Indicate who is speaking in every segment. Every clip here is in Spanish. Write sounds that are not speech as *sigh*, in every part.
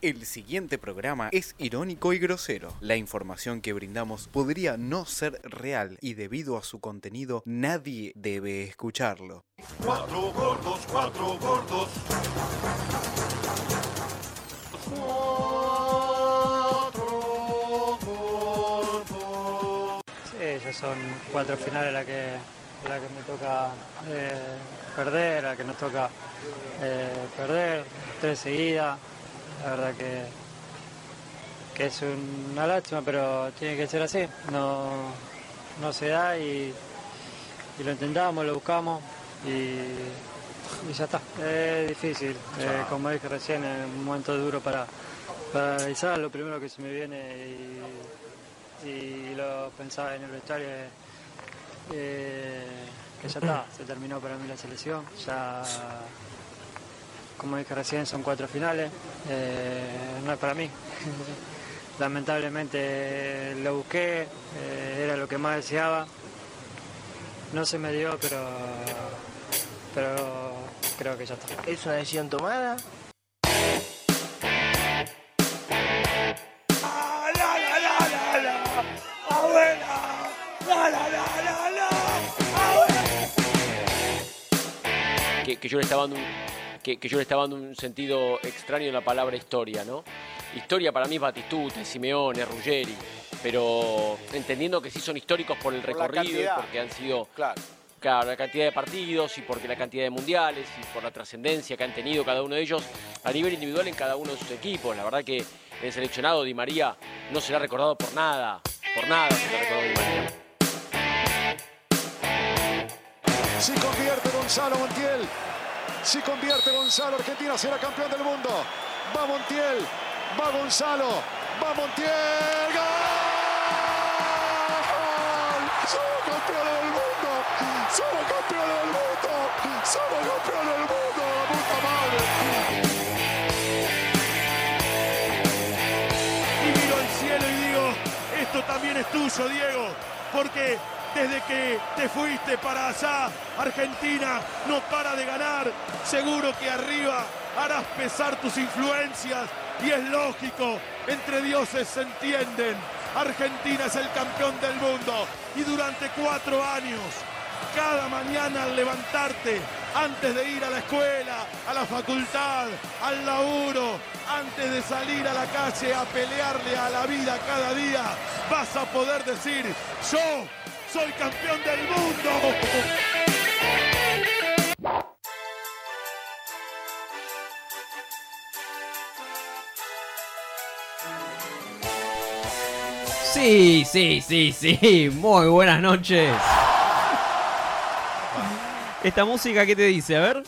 Speaker 1: El siguiente programa es irónico y grosero. La información que brindamos podría no ser real y debido a su contenido nadie debe escucharlo.
Speaker 2: Cuatro gordos, cuatro gordos. Cuatro gordos.
Speaker 3: Sí, ya son cuatro finales las que, la que me toca eh, perder, la que nos toca eh, perder, tres seguidas. La verdad que, que es una lástima, pero tiene que ser así. No, no se da y, y lo intentamos, lo buscamos y, y ya está. Es difícil, eh, como dije recién, es un momento duro para, para realizar. Lo primero que se me viene y, y lo pensaba en el vestuario es eh, que ya está, se terminó para mí la selección. Ya como dije recién, son cuatro finales. eh, no es para mí. *laughs* Lamentablemente eh, lo busqué, eh, era lo que más deseaba. No se me dio, pero, pero creo que ya está.
Speaker 4: ¿Es una decisión tomada?
Speaker 5: que, que yo le estaba dando un, que, que yo le estaba dando un sentido extraño en la palabra historia, ¿no? Historia para mí es Batistuta, es Simeone, es Ruggeri, pero entendiendo que sí son históricos por el
Speaker 6: Por la
Speaker 5: recorrido y
Speaker 6: cantidad.
Speaker 5: porque han sido
Speaker 6: Claro.
Speaker 5: Claro, la cantidad de partidos y porque la cantidad de mundiales y por la trascendencia que han tenido cada uno de ellos a nivel individual en cada uno de sus equipos. La verdad que el seleccionado Di María no será recordado por nada, por nada será recordado Di María.
Speaker 2: Si convierte Gonzalo Montiel. Si convierte Gonzalo, Argentina será campeón del mundo. Va Montiel. Va Gonzalo. Va Montiel. ¡Gol! Somos campeones del mundo. Somos campeones del mundo. Somos campeones del mundo. La puta madre.
Speaker 7: y miro al cielo y digo, esto también es tuyo, Diego, porque desde que te fuiste para allá, Argentina no para de ganar, seguro que arriba harás pesar tus influencias y es lógico, entre dioses se entienden, Argentina es el campeón del mundo y durante cuatro años cada mañana al levantarte, antes de ir a la escuela, a la facultad, al laburo, antes de salir a la calle a pelearle a la vida cada día, vas a poder decir, yo soy campeón del mundo.
Speaker 8: Sí, sí, sí, sí. Muy buenas noches. Esta música, ¿qué te dice? A ver.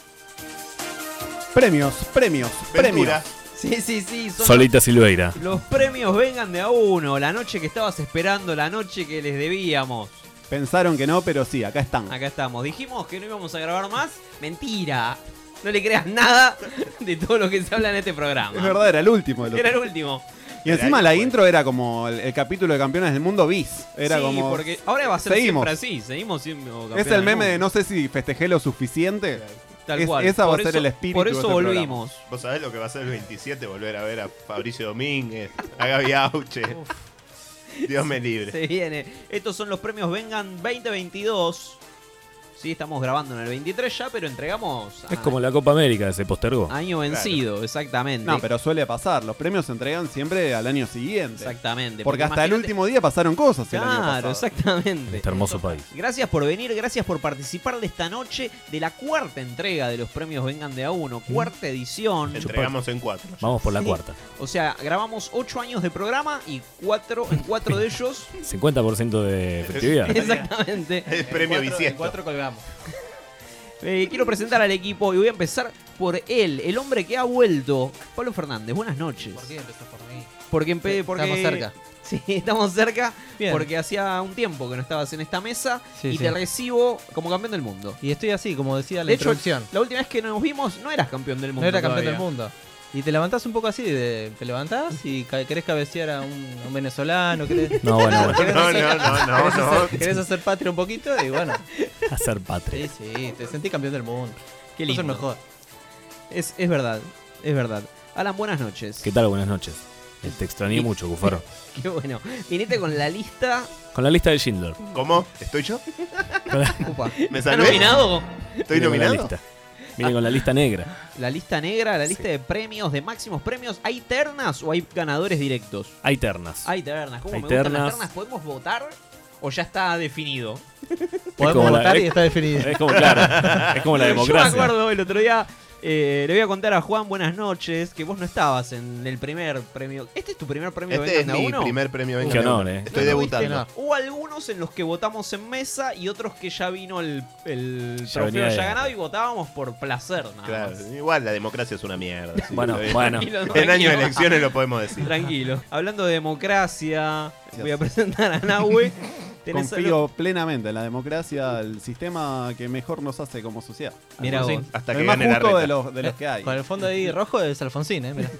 Speaker 9: Premios, premios,
Speaker 8: Ventura.
Speaker 9: premios.
Speaker 8: Sí, sí, sí. son
Speaker 10: Solita Silveira.
Speaker 8: los- Los premios vengan de a uno. La noche que estabas esperando, la noche que les debíamos.
Speaker 9: Pensaron que no, pero sí, acá están.
Speaker 8: Acá estamos. Dijimos que no íbamos a grabar más. Mentira. No le creas nada de todo lo que se habla en este programa.
Speaker 9: Es verdad, era el último. el
Speaker 8: Era el
Speaker 9: otro.
Speaker 8: último.
Speaker 9: Y encima la intro era como el, el capítulo de Campeones del Mundo bis. Era
Speaker 8: sí,
Speaker 9: como.
Speaker 8: porque ahora va a ser
Speaker 9: Seguimos.
Speaker 8: siempre así. Seguimos siendo
Speaker 9: Es
Speaker 8: campeones
Speaker 9: el
Speaker 8: del
Speaker 9: meme de
Speaker 8: mundo.
Speaker 9: no sé si festejé lo suficiente.
Speaker 8: Tal
Speaker 9: es-
Speaker 8: cual.
Speaker 9: esa va
Speaker 8: Por
Speaker 9: a ser
Speaker 8: eso-
Speaker 9: el espíritu
Speaker 8: Por
Speaker 9: de
Speaker 8: eso
Speaker 9: este programa.
Speaker 8: volvimos.
Speaker 11: Vos sabés lo que va a ser el 27, volver a ver a Fabricio Domínguez, a Gaby
Speaker 8: *laughs*
Speaker 11: Auche. Dios me libre.
Speaker 8: Se viene. Estos son los premios Vengan 2022. Sí, estamos grabando en el 23 ya, pero entregamos a-
Speaker 10: Es como la Copa América que se postergó.
Speaker 8: año vencido, exactamente.
Speaker 9: No, pero suele pasar. Los premios se entregan siempre al año siguiente.
Speaker 8: Exactamente.
Speaker 9: Porque hasta el
Speaker 8: imagínate-
Speaker 9: último día pasaron cosas el año
Speaker 8: Claro,
Speaker 9: pasado.
Speaker 8: exactamente.
Speaker 10: Este hermoso país.
Speaker 8: Gracias por venir, gracias por participar de esta noche de la cuarta entrega de los premios Vengan de a uno, cuarta edición.
Speaker 11: Entregamos en cuatro.
Speaker 10: Vamos por la cuarta.
Speaker 8: O sea, grabamos ocho años de programa y cuatro, en cuatro de
Speaker 10: *laughs*
Speaker 8: ellos,
Speaker 10: 50% de efectividad.
Speaker 8: exactamente.
Speaker 11: Es premio bisiesto.
Speaker 4: colgamos.
Speaker 8: Eh, quiero presentar al equipo y voy a empezar por él, el hombre que ha vuelto, Pablo Fernández. Buenas noches.
Speaker 4: ¿Por qué empezó por mí?
Speaker 8: Porque, empe- porque
Speaker 4: Estamos cerca.
Speaker 8: *laughs* Sí, estamos cerca.
Speaker 4: Bien.
Speaker 8: Porque hacía un tiempo que no estabas en esta mesa
Speaker 4: Sí,
Speaker 8: y
Speaker 4: sí.
Speaker 8: te recibo como campeón del mundo.
Speaker 4: Y estoy así, como decía la
Speaker 8: de hecho,
Speaker 4: introducción.
Speaker 8: la última vez que nos vimos no eras campeón del mundo.
Speaker 4: no era campeón
Speaker 8: todavía.
Speaker 4: del mundo. Y te levantás un poco así, de- te levantás y ca- querés cabecear a un, a un venezolano, querés,
Speaker 10: No, bueno, bueno.
Speaker 4: querés
Speaker 11: No, no,
Speaker 4: hacer-
Speaker 11: no, no,
Speaker 4: querés
Speaker 11: no.
Speaker 4: hacer- querés hacer patria un poquito y bueno,
Speaker 10: Hacer patria.
Speaker 4: sí, sí, te sentí campeón del mundo.
Speaker 8: Qué
Speaker 4: Sos el
Speaker 8: lindo.
Speaker 4: mejor.
Speaker 8: Es, es verdad, es verdad. Alan, buenas noches.
Speaker 10: ¿Qué tal? Buenas noches. Eh, Te extrañé mucho, Cufaro.
Speaker 8: Qué bueno. Viniste con la lista.
Speaker 10: Con la lista de Schindler.
Speaker 11: ¿Cómo? ¿Estoy yo?
Speaker 8: Upa.
Speaker 11: ¿Me
Speaker 8: ¿Está
Speaker 11: salvé?
Speaker 8: nominado?
Speaker 11: ¿Estoy
Speaker 10: Viene con la
Speaker 11: nominado?
Speaker 10: lista. Viene con la lista negra.
Speaker 8: La lista negra, la lista de premios, de máximos premios. ¿Hay ternas o hay ganadores directos?
Speaker 10: Hay ternas.
Speaker 8: Hay ternas. ¿Cómo
Speaker 10: Hay
Speaker 8: me gustan las
Speaker 10: ternas.
Speaker 8: ternas? ¿Podemos votar o ya
Speaker 11: *laughs*
Speaker 8: está definido?
Speaker 4: Podemos
Speaker 10: como la-
Speaker 4: votar y
Speaker 10: es-
Speaker 4: está definido.
Speaker 10: Es como, claro, es como la
Speaker 8: *laughs*
Speaker 10: democracia.
Speaker 8: Yo me acuerdo el otro día. eh, le voy a contar a Juan, buenas noches, que vos no estabas en el primer premio. ¿Este es tu primer premio
Speaker 11: Este es
Speaker 8: Vengan de
Speaker 11: mi
Speaker 8: a uno? Este
Speaker 11: primer premio.
Speaker 10: Qué
Speaker 11: Venga, de
Speaker 10: honor,
Speaker 11: uno.
Speaker 10: eh.
Speaker 11: Estoy
Speaker 4: No tuviste
Speaker 11: debutando.
Speaker 4: nada.
Speaker 8: Hubo algunos en los que votamos en mesa y otros que ya vino el, el
Speaker 10: Ya
Speaker 8: trofeo
Speaker 10: venía
Speaker 8: ya
Speaker 10: de-
Speaker 8: ganado y votábamos por placer, nada
Speaker 11: Claro,
Speaker 8: más.
Speaker 11: igual la democracia es una mierda. sí,
Speaker 10: Bueno,
Speaker 11: está bien.
Speaker 10: bueno.
Speaker 8: *laughs*
Speaker 11: *laughs* En año
Speaker 8: Tranquilo,
Speaker 11: de
Speaker 8: tranquilo.
Speaker 11: elecciones lo podemos decir.
Speaker 8: Tranquilo. Hablando de democracia, voy a presentar a
Speaker 11: *laughs*
Speaker 9: *laughs*
Speaker 8: Nahue. Tenés a
Speaker 9: Confío plenamente en la democracia, el sistema que mejor nos hace como sociedad.
Speaker 8: lo- Mira vos.
Speaker 4: Alfonsín.
Speaker 11: Hasta que
Speaker 9: el más
Speaker 11: gane la
Speaker 9: justo
Speaker 11: reta.
Speaker 9: de los, de los que hay.
Speaker 4: Con el fondo ahí rojo es
Speaker 11: *laughs*
Speaker 4: Alfonsín, eh. mirá.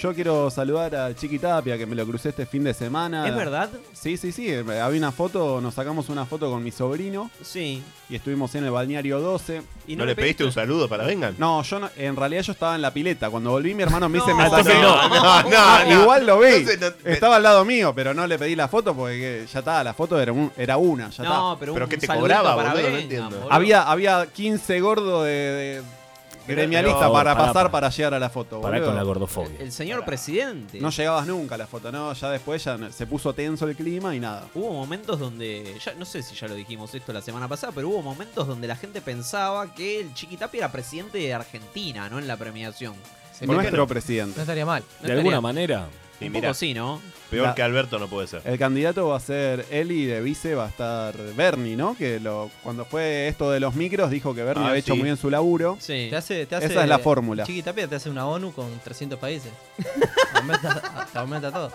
Speaker 9: Yo quiero saludar a Chiqui Tapia, que me lo crucé este fin de semana.
Speaker 8: ¿Es verdad?
Speaker 9: Sí, sí, sí. Había una foto, nos sacamos una foto con mi sobrino
Speaker 8: Sí.
Speaker 9: y estuvimos en el balneario 12.
Speaker 8: ¿Y
Speaker 11: ¿No le pediste un saludo para vengan?
Speaker 9: No, yo no- en realidad yo estaba en la pileta. Cuando volví, mi hermano me dice,
Speaker 8: No,
Speaker 9: me
Speaker 10: entonces
Speaker 9: sacó.
Speaker 10: no.
Speaker 11: Ah, no,
Speaker 9: Ah, Igual lo vi.
Speaker 11: Entonces no- me-
Speaker 9: Estaba al lado mío, pero no le pedí la foto porque eh, ya está, la foto era, un- era una, ya
Speaker 8: No,
Speaker 9: está.
Speaker 8: pero,
Speaker 11: ¿Pero
Speaker 8: un
Speaker 11: qué te
Speaker 8: saludito
Speaker 11: cobraba,
Speaker 8: para
Speaker 11: boludo? No
Speaker 8: Vengan,
Speaker 11: entiendo.
Speaker 8: boludo.
Speaker 9: Había, había 15 gordos de, de gremialistas
Speaker 10: Pero,
Speaker 9: para
Speaker 10: pará,
Speaker 9: pasar
Speaker 10: pará.
Speaker 9: para llegar a la foto.
Speaker 10: Pará
Speaker 9: boludo.
Speaker 10: con la gordofobia.
Speaker 8: El señor presidente.
Speaker 9: No llegabas nunca a la foto, no, ya después ya no- se puso tenso el clima y nada.
Speaker 8: Hubo momentos donde, ya, no sé si ya lo dijimos esto la semana pasada, pero hubo momentos donde la gente pensaba que el Chiquitapi era presidente de Argentina, ¿no? En la premiación.
Speaker 11: ¿por qué
Speaker 9: Con nuestro
Speaker 11: no?
Speaker 4: No
Speaker 9: presidente.
Speaker 4: estaría mal.
Speaker 8: No
Speaker 10: De
Speaker 8: estaría-
Speaker 10: alguna manera,
Speaker 11: Y
Speaker 8: Un
Speaker 11: mira,
Speaker 8: poco sí, ¿no?
Speaker 11: peor
Speaker 9: La-
Speaker 11: que Alberto no puede ser.
Speaker 9: El candidato va a ser Eli, de vice va a estar Bernie, ¿no? Que lo, cuando fue esto de los micros dijo que Bernie
Speaker 11: Ah,
Speaker 9: había hecho
Speaker 11: sí.
Speaker 9: muy bien su laburo.
Speaker 8: Sí.
Speaker 4: Te hace, te hace-
Speaker 9: Esa es la fórmula.
Speaker 4: Chiqui Tapia te hace una ONU con
Speaker 8: *laughs*
Speaker 4: 300 países. aumenta, a- aumenta todo.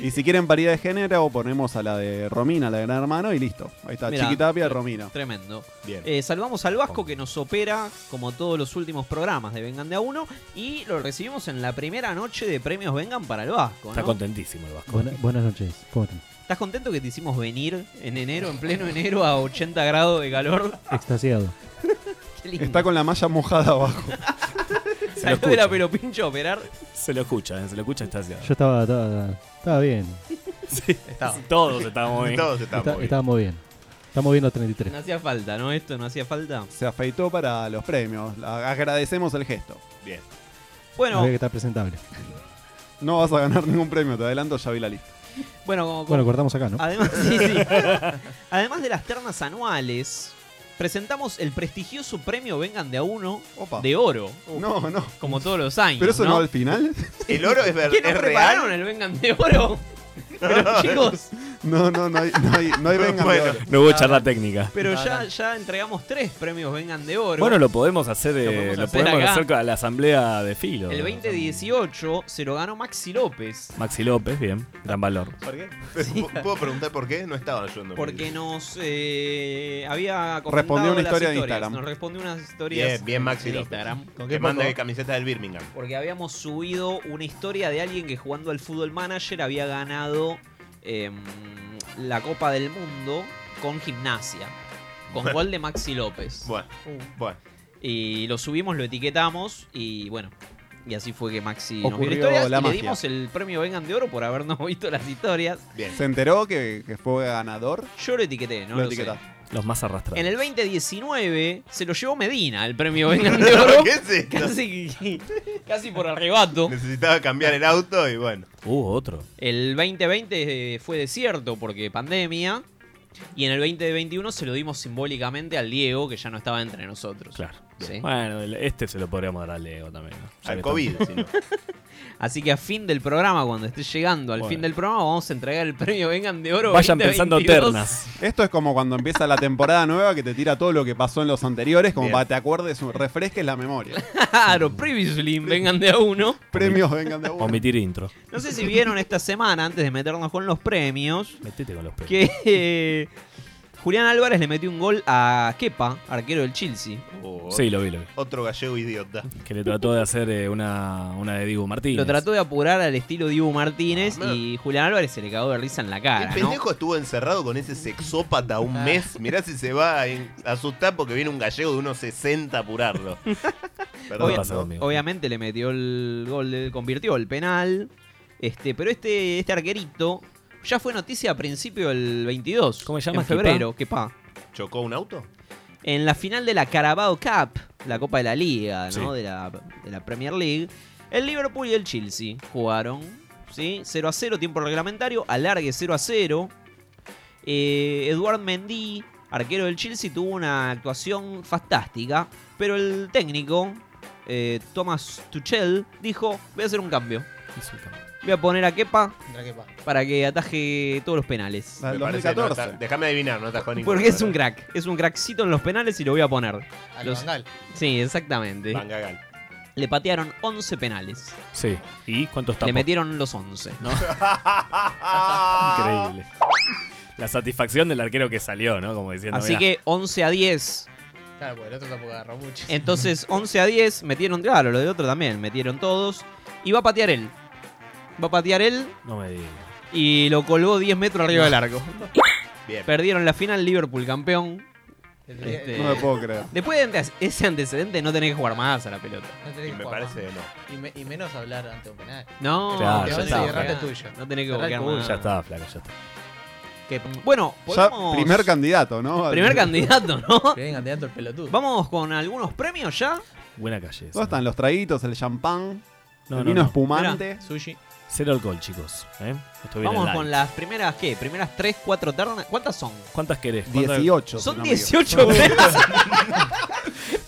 Speaker 9: Y si quieren paridad de género, ponemos a la de Romina, la de Gran Hermano, y listo. Ahí está,
Speaker 8: Mirá.
Speaker 9: Chiquitapia, Romina.
Speaker 8: Tremendo.
Speaker 11: Bien.
Speaker 8: Eh, saludamos al Vasco que nos opera, como todos los últimos programas de Vengan de a uno, y lo recibimos en la primera noche de premios Vengan para el Vasco.
Speaker 10: está
Speaker 8: ¿no?
Speaker 10: contentísimo el Vasco.
Speaker 4: buenas noches. ¿Cómo
Speaker 8: ¿Estás contento que te hicimos venir en enero, en pleno enero, a 80 grados de calor?
Speaker 4: Extasiado.
Speaker 8: *laughs* Qué lindo.
Speaker 9: Está con la malla mojada
Speaker 8: *laughs*
Speaker 9: abajo.
Speaker 8: Salió de la pelopincho a operar.
Speaker 10: Se lo escucha, eh, se lo escucha está hacia-
Speaker 4: estaba, estaba, bien.
Speaker 10: Todos estamos bien.
Speaker 11: Todos estamos bien.
Speaker 4: muy bien. Estamos bien los 33.
Speaker 8: No hacía falta, ¿no? Esto no hacía falta.
Speaker 9: Se afeitó para los premios. La- Agradecemos el gesto.
Speaker 11: Bien.
Speaker 8: Bueno,
Speaker 4: estar presentable.
Speaker 9: No vas a ganar ningún premio, te adelanto, ya vi la lista.
Speaker 8: bueno, como-
Speaker 4: cortamos acá, ¿no?
Speaker 8: Además, sí, sí. Además de las ternas anuales, presentamos el prestigioso premio Vengan de a uno
Speaker 9: Opa.
Speaker 8: de oro,
Speaker 9: No, no.
Speaker 8: como todos los años.
Speaker 9: Pero eso no,
Speaker 8: ¿no?
Speaker 9: al final.
Speaker 11: Uh. *laughs* El oro es, ver-
Speaker 8: ¿Qué no
Speaker 11: es
Speaker 8: prepararon
Speaker 11: real.
Speaker 8: el Vengan de
Speaker 11: *laughs*
Speaker 8: oro?
Speaker 9: *laughs*
Speaker 8: Pero chicos,
Speaker 9: No, no, no hay, no hay,
Speaker 10: *laughs*
Speaker 9: no hay vengan de
Speaker 11: Bueno.
Speaker 9: oro.
Speaker 10: No hubo charla técnica.
Speaker 8: pero
Speaker 4: No,
Speaker 8: ya,
Speaker 4: no.
Speaker 8: ya entregamos tres premios Vengan de oro.
Speaker 10: Bueno, lo podemos hacer, eh,
Speaker 8: Lo
Speaker 10: lo
Speaker 8: podemos
Speaker 10: podemos,
Speaker 8: hacer acá.
Speaker 10: hacer a la asamblea de filo.
Speaker 8: el 2018 se lo ganó Maxi López.
Speaker 10: Maxi López, bien, gran valor.
Speaker 11: ¿P- ¿Puedo preguntar por qué? No estaba yo en 2000.
Speaker 8: Porque nos eh, había comentado
Speaker 9: Respondió una
Speaker 8: las
Speaker 9: historia en
Speaker 8: historias,
Speaker 9: Instagram.
Speaker 8: Nos respondió unas historias
Speaker 11: Bien, bien, Maxi
Speaker 8: en
Speaker 11: López.
Speaker 8: Instagram.
Speaker 4: ¿Con
Speaker 11: Que
Speaker 4: qué
Speaker 11: mande
Speaker 4: poco?
Speaker 11: camiseta del
Speaker 8: *laughs*
Speaker 11: Birmingham.
Speaker 8: Porque habíamos subido una historia de alguien que jugando al fútbol manager había ganado em, la Copa del Mundo con gimnasia. Con gol de Maxi López.
Speaker 11: Bueno,
Speaker 9: Uh.
Speaker 11: bueno.
Speaker 8: Y lo subimos, lo etiquetamos y bueno. Y así fue que Maxi nos vio
Speaker 9: Ocurrió
Speaker 8: las historias
Speaker 9: la
Speaker 8: y le
Speaker 9: magia.
Speaker 8: dimos el premio Vengan de Oro por habernos *laughs* visto las historias.
Speaker 11: Bien.
Speaker 9: Se enteró que, que fue ganador.
Speaker 8: Yo lo etiqueté, ¿no?
Speaker 9: lo
Speaker 8: Lo sé.
Speaker 9: etiquetás.
Speaker 10: Los más
Speaker 8: En
Speaker 10: arrastrados.
Speaker 8: el 2019 se lo llevó Medina
Speaker 11: *laughs*
Speaker 8: el premio Vengan de Oro.
Speaker 11: ¿Qué es esto?
Speaker 8: casi, *laughs* casi por arrebato.
Speaker 11: Necesitaba cambiar el auto y bueno.
Speaker 10: Hubo Uh, otro.
Speaker 8: El 2020 fue desierto porque pandemia. Y en el 2021 se lo dimos simbólicamente al Diego, que ya no estaba entre nosotros.
Speaker 10: Claro.
Speaker 8: Sí.
Speaker 10: Bueno, el- este se lo podríamos dar a Leo también. ¿no? Ya que
Speaker 11: Al COVID, si no.
Speaker 8: Así que a fin del programa, cuando esté llegando al
Speaker 10: Bueno.
Speaker 8: fin del programa, vamos a entregar el premio Vengan de Oro.
Speaker 10: estamos. Vayan pensando
Speaker 8: 2022.
Speaker 10: ternas.
Speaker 9: Esto es como cuando empieza la temporada nueva que te tira todo lo que pasó en los anteriores, como
Speaker 11: Bien.
Speaker 9: para que te acuerdes, refresques la memoria.
Speaker 8: *laughs* Claro, previously en Vengan de a uno.
Speaker 9: Premios vengan de uno.
Speaker 10: Omitir intro.
Speaker 8: No sé si vieron esta semana, antes de meternos con los premios,
Speaker 10: Metete con los pelos.
Speaker 8: que eh, Julián Álvarez le metió un gol a Kepa, arquero del Chelsea.
Speaker 11: Oh,
Speaker 10: Sí, lo vi, lo vi.
Speaker 11: Otro gallego
Speaker 6: Ah,
Speaker 11: idiota.
Speaker 10: Que le trató de hacer eh, una, una de Diego Martínez.
Speaker 8: Lo trató de apurar al estilo Dibu Martínez
Speaker 11: Ah,
Speaker 8: y Julián Álvarez se le cagó de risa en la cara.
Speaker 11: el
Speaker 8: ¿no?
Speaker 11: pendejo estuvo encerrado con ese sexópata un
Speaker 6: Ah. *laughs*
Speaker 11: mes. Mirá si se va a en- a asustar porque viene un gallego de unos 60 a apurarlo. Perdón.
Speaker 8: Obvia-
Speaker 11: Pasó conmigo.
Speaker 8: obviamente le metió el gol, le convirtió el penal. Este, pero este, este arquerito ya fue noticia a principio del 22. ¿Cómo se
Speaker 10: llama,
Speaker 8: En febrero, que pa.
Speaker 11: ¿Chocó un auto?
Speaker 8: En la final de la Carabao Cup, la Copa de la Liga, ¿no?
Speaker 11: Sí.
Speaker 8: De, la, de la Premier League, el Liverpool y el Chelsea jugaron, ¿sí? 0 a 0, tiempo reglamentario, alargue 0 a 0. Eh, Eduard Mendy, arquero del Chelsea, tuvo una actuación fantástica, pero el técnico, eh, Thomas Tuchel, dijo, voy a hacer un cambio. Voy a poner a Kepa para que ataje todos los penales.
Speaker 11: Me parece que no ata- Déjame adivinar, no atajó ninguno.
Speaker 8: Porque es un crack, es un crackcito en los penales y lo voy a poner.
Speaker 11: Al
Speaker 8: Los-
Speaker 11: Van Gaal.
Speaker 8: Sí, exactamente.
Speaker 11: Van Gaal.
Speaker 8: Le patearon 11 penales.
Speaker 10: Sí. ¿Y cuántos
Speaker 8: Le
Speaker 10: tapó?
Speaker 8: metieron los 11,
Speaker 11: *laughs*
Speaker 8: ¿no?
Speaker 10: Increíble. La satisfacción del arquero que salió, ¿no? Como diciendo.
Speaker 8: Así
Speaker 10: "Mirá".
Speaker 8: que 11 a 10.
Speaker 6: Claro, porque Ah, el otro tampoco agarró mucho. *laughs*
Speaker 8: Entonces 11 a 10 metieron, claro, lo del otro también, metieron todos. Y va a patear él. Va a patear él
Speaker 10: No me digas.
Speaker 8: y lo colgó 10 metros arriba del arco.
Speaker 11: Bien.
Speaker 8: Perdieron la final, Liverpool campeón. Este,
Speaker 9: No me puedo creer.
Speaker 8: Después de ante- ese antecedente no tenés que jugar más a la pelota.
Speaker 6: No tenés que
Speaker 11: me
Speaker 6: jugar
Speaker 11: parece
Speaker 6: más. Y, me- y menos hablar ante un penal.
Speaker 8: No,
Speaker 10: Claro,
Speaker 6: Te
Speaker 10: ya
Speaker 6: van a
Speaker 10: está.
Speaker 6: encerrar la tuya.
Speaker 8: No tenés que
Speaker 6: Cerrar el
Speaker 8: boquear
Speaker 6: culo.
Speaker 8: más.
Speaker 10: Ya está, flaco, ya está.
Speaker 8: Que- bueno,
Speaker 9: Ya,
Speaker 8: podemos...
Speaker 9: primer candidato, ¿no?
Speaker 8: Primer candidato, ¿no?
Speaker 6: Primer candidato el pelotudo.
Speaker 8: Vamos con algunos premios ya.
Speaker 10: Buena calle. esa.
Speaker 9: ¿Dónde están los traguitos, el champán,
Speaker 10: No,
Speaker 9: el
Speaker 10: no,
Speaker 9: vino
Speaker 10: no.
Speaker 9: espumante?
Speaker 8: Mirá, sushi.
Speaker 10: Cero alcohol, chicos. ¿eh? Esto viene
Speaker 8: Vamos
Speaker 10: light.
Speaker 8: con las primeras, ¿qué? Primeras 3, 4 ternas. ¿Cuántas son?
Speaker 10: ¿Cuántas querés? ¿Cuántas-
Speaker 9: 18. si
Speaker 8: Son
Speaker 9: no me equivoco.
Speaker 8: 18 *laughs* pesos.
Speaker 10: *laughs*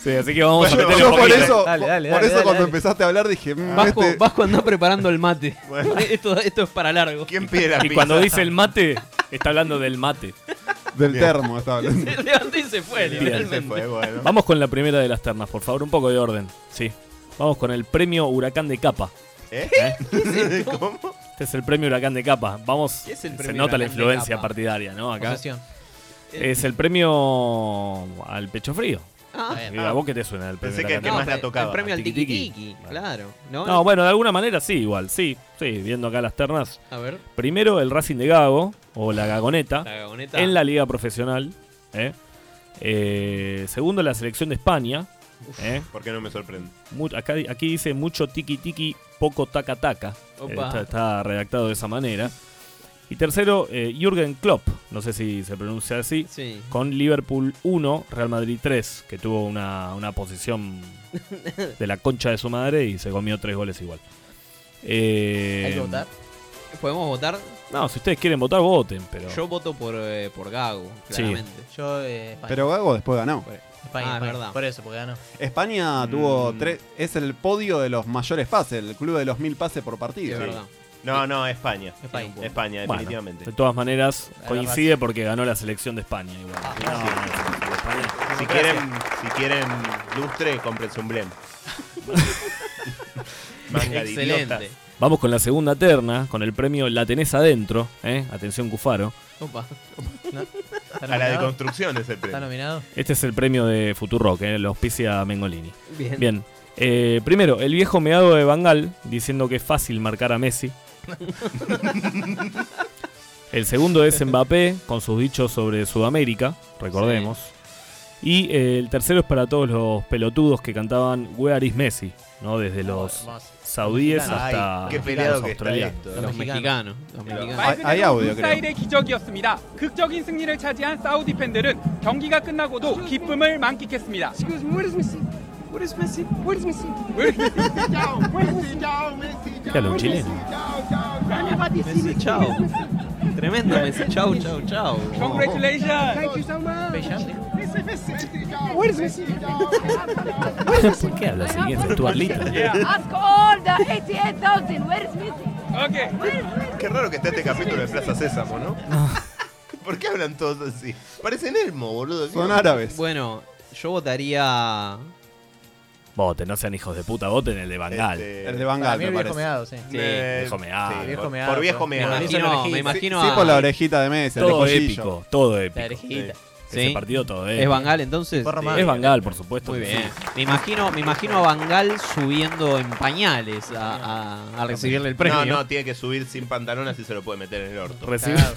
Speaker 10: Sí, así que vamos a
Speaker 9: Yo,
Speaker 10: meterle
Speaker 9: yo
Speaker 10: un
Speaker 9: por
Speaker 10: poquito.
Speaker 9: eso,
Speaker 6: Dale, dale,
Speaker 9: por
Speaker 6: dale,
Speaker 9: eso
Speaker 6: dale,
Speaker 9: cuando
Speaker 6: dale.
Speaker 9: empezaste a hablar dije, "Mm,
Speaker 8: Vasco,
Speaker 9: este-
Speaker 8: Vasco anda preparando el mate.
Speaker 11: Bueno.
Speaker 8: *laughs* Esto, esto es para largo.
Speaker 11: ¿Quién pide la
Speaker 10: Y
Speaker 11: pizza?
Speaker 10: cuando dice el mate, está hablando del mate.
Speaker 9: del termo
Speaker 8: *laughs*
Speaker 9: estaba hablando.
Speaker 8: Se levantó y se fue,
Speaker 11: Bien, se
Speaker 8: literalmente.
Speaker 11: fue, bueno.
Speaker 10: Vamos con la primera de las ternas, por favor, un poco de orden. Sí. Vamos con el premio Huracán de Capa.
Speaker 11: ¿Eh?
Speaker 10: ¿eh?
Speaker 11: *laughs* ¿Cómo?
Speaker 10: Este es el premio Huracán de Capa. Vamos.
Speaker 8: ¿Qué es el
Speaker 10: se
Speaker 8: premio
Speaker 10: nota la
Speaker 8: Huracán de
Speaker 10: influencia
Speaker 8: Capa?
Speaker 10: partidaria, ¿no? Acá.
Speaker 6: Posesión.
Speaker 10: Es el premio al pecho frío.
Speaker 8: Ah,
Speaker 6: Bien.
Speaker 10: Y ¿A vos qué te suena el premio?
Speaker 11: Pensé que
Speaker 10: Huracán de
Speaker 11: ¿Qué
Speaker 10: Capa?
Speaker 11: más la
Speaker 8: pero
Speaker 11: tocaba?
Speaker 8: El premio al tiki
Speaker 10: Tiki-tiki.
Speaker 8: tiki,
Speaker 10: Vale.
Speaker 8: claro. ¿no? eh.
Speaker 10: No, bueno, de alguna manera sí, igual. Sí, sí, viendo acá las ternas.
Speaker 8: A ver,
Speaker 10: Primero el Racing de Gago, o la Gagoneta.
Speaker 8: la gagoneta.
Speaker 10: en la liga profesional. ¿eh? Eh, segundo, la selección de España. ¿eh?
Speaker 11: ¿Por qué no me sorprende?
Speaker 10: Mu- acá, di- aquí dice mucho tiki tiki, poco taca taca.
Speaker 8: Opa.
Speaker 10: Eh, está, está redactado de esa manera. Y tercero, eh, Jürgen Klopp, no sé si se pronuncia así,
Speaker 8: Sí.
Speaker 10: con Liverpool 1, Real Madrid 3, que tuvo una, una
Speaker 6: *laughs*
Speaker 10: posición de la concha de su madre y se comió tres goles igual. Eh,
Speaker 6: Hay que votar.
Speaker 8: ¿Podemos votar?
Speaker 10: No, si ustedes quieren votar, voten, pero...
Speaker 8: Yo voto por, eh, por Gago,
Speaker 10: Sí.
Speaker 8: claramente.
Speaker 6: Yo, eh, España.
Speaker 9: Pero Gago después ganó.
Speaker 6: España,
Speaker 8: Ah, es
Speaker 6: España.
Speaker 8: verdad.
Speaker 6: Por eso, porque ganó.
Speaker 9: España tuvo tres, es el podio de los mayores pases, el club de los mil pases
Speaker 8: Sí,
Speaker 9: por
Speaker 8: es
Speaker 9: partido.
Speaker 8: verdad.
Speaker 11: No, no, España.
Speaker 6: España.
Speaker 11: España,
Speaker 10: Bueno,
Speaker 11: definitivamente.
Speaker 10: de todas maneras, coincide porque ganó la selección de España. Igual.
Speaker 6: Ah,
Speaker 11: si, quieren, si quieren lustre, cómprense un blem. *laughs* Manga de idiotas.
Speaker 8: Excelente.
Speaker 10: Vamos con la segunda terna, con el premio La tenés adentro. ¿eh? Atención, Cufaro.
Speaker 6: Opa. No. ¿Está
Speaker 11: A la
Speaker 6: nominado?
Speaker 11: deconstrucción ese
Speaker 6: ¿Está
Speaker 11: premio.
Speaker 6: nominado?
Speaker 10: Este es el premio de Futurock, ¿eh? lo auspicia Mengolini.
Speaker 8: Bien.
Speaker 10: Bien. Eh, primero, el viejo meado de Bangal diciendo que es fácil marcar
Speaker 11: *laughs*
Speaker 10: a Messi. el segundo es Mbappé con sus dichos sobre Sudamérica, recordemos. Y eh, el tercero es para todos los pelotudos que cantaban Where is Messi, ¿no? Desde los
Speaker 6: Hermoso.
Speaker 10: saudíes
Speaker 6: Mexicanos.
Speaker 10: hasta
Speaker 11: Ay, qué peleado
Speaker 10: los
Speaker 11: que está
Speaker 10: australianos.
Speaker 11: esto.
Speaker 8: Los,
Speaker 11: ¿no?
Speaker 8: mexicanos. Los
Speaker 12: 네,
Speaker 8: mexicanos.
Speaker 9: hay, hay audio, creo.
Speaker 12: 사일의 아, 기적이었습니다. 극적인 승리를 차지한 사우디 팬들은 경기가 끝나고도 기쁨을 만끽했습니다.
Speaker 10: ¿Qué habla, un chileno?
Speaker 8: Messi, chao. Tremendo Messi, chao, chao, chao.
Speaker 12: Congratulations!
Speaker 6: Pellante.
Speaker 10: *laughs* ¿Por qué habla así? ¿Es tu
Speaker 11: Ah,
Speaker 13: Ask all the 88,000, where is Messi?
Speaker 12: Okay.
Speaker 13: Where is Messi?
Speaker 11: Qué raro que está este capítulo de Plaza Sésamo, ¿no? *laughs* ¿Por qué hablan todos así? Parecen Elmo, boludo.
Speaker 9: Son árabes.
Speaker 8: Bueno, yo votaría.
Speaker 10: Voten, no sean hijos de puta, voten el de Bangal.
Speaker 11: Este,
Speaker 9: El de
Speaker 6: Para
Speaker 9: Bangal,
Speaker 6: mí el
Speaker 9: me
Speaker 6: viejo
Speaker 9: parece.
Speaker 6: meado, sí.
Speaker 11: eh,
Speaker 10: Viejo meado.
Speaker 11: sí,
Speaker 6: Viejo
Speaker 11: por-
Speaker 6: meado,
Speaker 11: Por viejo
Speaker 6: por-
Speaker 8: Me
Speaker 11: meado.
Speaker 8: imagino,
Speaker 6: Sí,
Speaker 8: me
Speaker 9: Sí,
Speaker 8: imagino
Speaker 9: sí,
Speaker 8: a-
Speaker 9: por la orejita de Messi, el de
Speaker 10: Todo
Speaker 9: Cochillo.
Speaker 10: épico, todo
Speaker 6: La
Speaker 10: épico.
Speaker 6: orejita.
Speaker 10: Ese
Speaker 8: Sí.
Speaker 10: partido todo
Speaker 8: ¿Es
Speaker 10: épico.
Speaker 8: Bangal entonces?
Speaker 6: Porra
Speaker 8: Sí.
Speaker 6: madre.
Speaker 10: Es Bangal, por supuesto.
Speaker 8: Muy
Speaker 10: que
Speaker 8: bien.
Speaker 10: sí.
Speaker 8: Me imagino, me imagino a Bangal subiendo en pañales a, a- a recibirle el premio.
Speaker 11: No, no, tiene que subir sin pantalón, así se lo puede meter en el orto.
Speaker 10: Recibe- *laughs*
Speaker 6: Cagado.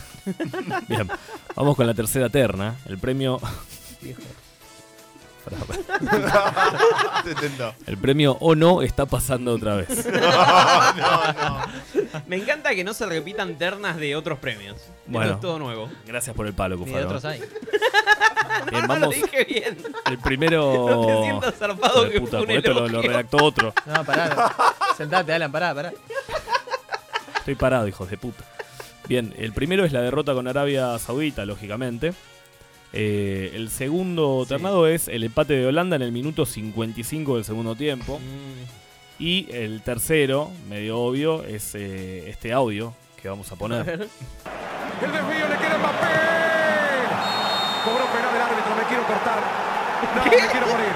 Speaker 11: *laughs*
Speaker 10: Bien. Vamos con la tercera terna. El premio. pará, pará.
Speaker 8: *laughs*
Speaker 11: Te tentó.
Speaker 10: El premio o no está pasando
Speaker 8: *laughs*
Speaker 10: otra vez.
Speaker 8: Me encanta que no se repitan ternas de otros premios. Esto
Speaker 10: Bueno.
Speaker 8: es todo nuevo.
Speaker 10: Gracias por el palo,
Speaker 8: Ni de
Speaker 10: Cufaro.
Speaker 8: otros hay.
Speaker 10: Bien,
Speaker 8: *laughs* No, no, lo
Speaker 10: vamos.
Speaker 8: dije bien.
Speaker 10: El primero.
Speaker 8: *laughs* No te sientas zarpado
Speaker 10: Hijo de
Speaker 8: que
Speaker 10: puta,
Speaker 8: fue un
Speaker 10: por esto lo, lo
Speaker 8: elogio.
Speaker 10: redactó otro.
Speaker 4: No, pará. Sentate, Alan, pará, pará.
Speaker 10: Estoy parado, hijos de puta. Bien, el primero es la derrota con Arabia Saudita, lógicamente. Eh, el segundo ternado es el empate de Holanda en el minuto 55 del segundo tiempo.
Speaker 4: Mm.
Speaker 10: Y el tercero, medio obvio, es eh, este audio que vamos a
Speaker 4: *laughs*
Speaker 10: poner.
Speaker 2: El desvío le queda a Mbappé. Cobró penal el árbitro, me quiero cortar. No, me quiero morir.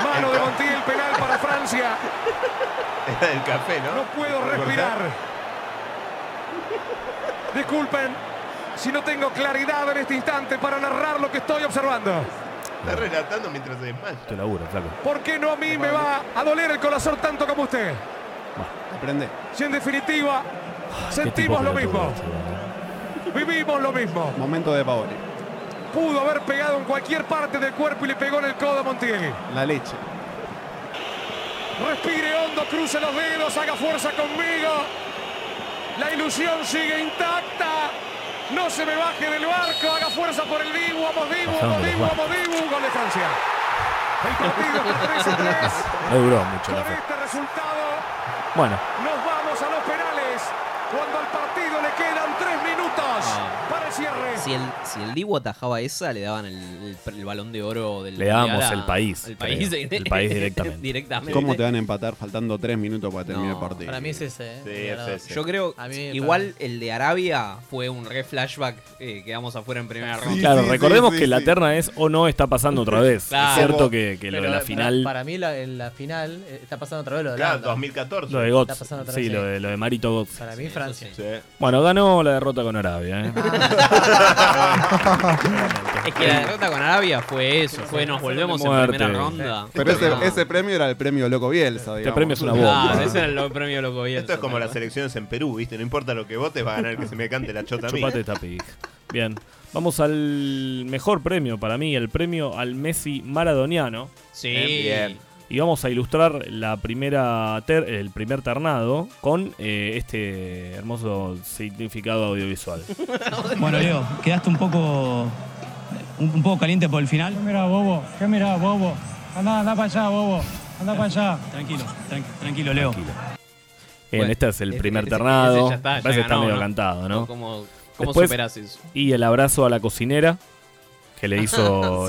Speaker 2: Mano de Montiel, penal para Francia.
Speaker 11: Era del café, ¿no?
Speaker 2: No puedo respirar. Disculpen si no tengo claridad en este instante para narrar lo que estoy observando.
Speaker 11: Está relatando mientras se desmaya.
Speaker 10: Tu laburo, flaco.
Speaker 2: Porque no a mí me va a doler el corazón tanto como a usted.
Speaker 9: Aprende.
Speaker 2: Si en definitiva
Speaker 9: tipo
Speaker 10: Ah,
Speaker 2: sentimos lo mismo. Vivimos lo mismo.
Speaker 9: Momento de Paoli.
Speaker 2: Pudo haber pegado en cualquier parte del cuerpo y le pegó en el codo a Montiel.
Speaker 9: La leche.
Speaker 2: Respire hondo, cruce los dedos, haga fuerza conmigo. La ilusión sigue intacta. No se me baje del barco, haga fuerza por el Dibu, vamos Dibu, vamos
Speaker 10: Bajamos del
Speaker 2: Dibu,
Speaker 10: barco.
Speaker 2: vamos Dibu, gol de Francia. El partido está 3 3.
Speaker 10: No duró *laughs* mucho la
Speaker 2: Con
Speaker 10: fe.
Speaker 2: este resultado
Speaker 10: Bueno,
Speaker 2: nos vamos a los penales cuando al partido le quedan 3 minutos
Speaker 8: Ah.
Speaker 2: para el cierre.
Speaker 8: Si el, si el Dibu atajaba esa, le daban el, el pre- el balón de oro del.
Speaker 10: Le damos
Speaker 8: mundial a-
Speaker 10: el país,
Speaker 8: al país,
Speaker 10: creo. El país directamente.
Speaker 8: *laughs* Directamente.
Speaker 9: ¿Cómo te van a empatar faltando 3 minutos para terminar el partido?
Speaker 4: Para mí es ese, eh. Ganador.
Speaker 8: Yo creo.
Speaker 4: A mí,
Speaker 8: Igual el de Arabia fue un re flashback. eh, quedamos afuera en primera ronda.
Speaker 10: claro, recordemos que la terna es o no está pasando otra vez.
Speaker 8: Claro.
Speaker 10: Es cierto que, que lo de
Speaker 4: Pero
Speaker 10: la
Speaker 4: para-
Speaker 10: final.
Speaker 4: Para, mí, la, en la final eh, está pasando otra vez lo de
Speaker 11: Claro,
Speaker 4: Holanda.
Speaker 11: 2014.
Speaker 10: Lo de Gotz.
Speaker 4: Está pasando otra
Speaker 10: Sí,
Speaker 4: vez,
Speaker 10: lo
Speaker 4: sí.
Speaker 10: de, lo de Marito Gotz.
Speaker 4: Para mí, Francia.
Speaker 10: Bueno, ganó la derrota con Arabia, ¿eh?
Speaker 8: Es que la derrota con Arabia fue eso. Fue nos volvemos
Speaker 10: Muerte. Este
Speaker 8: en primera ronda.
Speaker 9: Pero
Speaker 8: Ah.
Speaker 9: ese, ese premio era el premio Loco Bielsa, digamos.
Speaker 8: Ah,
Speaker 11: *laughs*
Speaker 8: ese era el premio loco Bielsa.
Speaker 11: Esto es como las elecciones en Perú, ¿viste? No importa lo que votes, *laughs* va a ganar el que se me cante la chota a mí.
Speaker 10: Chupate esta pija. Bien. Vamos al mejor premio para mí, el premio al Messi maradoniano.
Speaker 8: Sí.
Speaker 11: Bien.
Speaker 10: Y vamos a ilustrar la primera ter- el primer ternado con eh, este hermoso significado audiovisual.
Speaker 14: Bueno, Leo, quedaste un poco, un, un poco caliente por el final.
Speaker 3: Mira, bobo, ¿qué mira, bobo? Anda, anda para allá, bobo. Anda para allá.
Speaker 14: Tranquilo, tran- tranquilo, Leo.
Speaker 10: Bien,
Speaker 8: Bueno,
Speaker 10: este es el
Speaker 8: ese-
Speaker 10: primer
Speaker 8: ese-
Speaker 10: ternado.
Speaker 8: ese ya está, ya
Speaker 10: Parece que está
Speaker 8: ganó,
Speaker 10: medio
Speaker 8: ¿no?
Speaker 10: cantado, ¿no?
Speaker 8: ¿Cómo- cómo superás eso?
Speaker 10: Y el abrazo a la cocinera que le hizo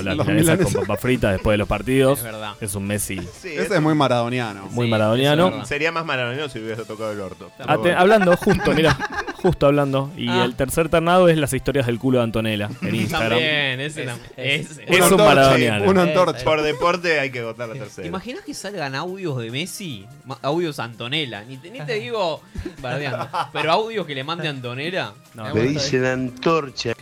Speaker 8: *laughs* Sí.
Speaker 10: las milanesas
Speaker 9: Los
Speaker 10: con
Speaker 9: milanesas.
Speaker 10: papas fritas después de los partidos.
Speaker 8: Es verdad.
Speaker 10: Es un
Speaker 9: *laughs*
Speaker 10: Messi
Speaker 9: ese es muy maradoniano.
Speaker 10: muy maradoniano.
Speaker 11: Sería más maradoniano si hubieras tocado el orto.
Speaker 10: Ah, te- hablando, justo,
Speaker 11: *laughs*
Speaker 9: *laughs*
Speaker 10: mira, justo hablando. Y
Speaker 11: Ah.
Speaker 10: el tercer ternado es las historias del culo de Antonella
Speaker 8: *laughs*
Speaker 10: en Instagram.
Speaker 8: También, ese tam- ese.
Speaker 10: Es un maradoniano.
Speaker 11: Por deporte hay que votar la
Speaker 8: ¿Te
Speaker 11: tercera.
Speaker 8: imaginas que salgan audios de Messi? Ma- Audios Antonella. Ni te, ni
Speaker 4: *laughs*
Speaker 8: te digo bardeando. *laughs* Pero audios que le mande Antonella.
Speaker 15: Le dice la antorcha.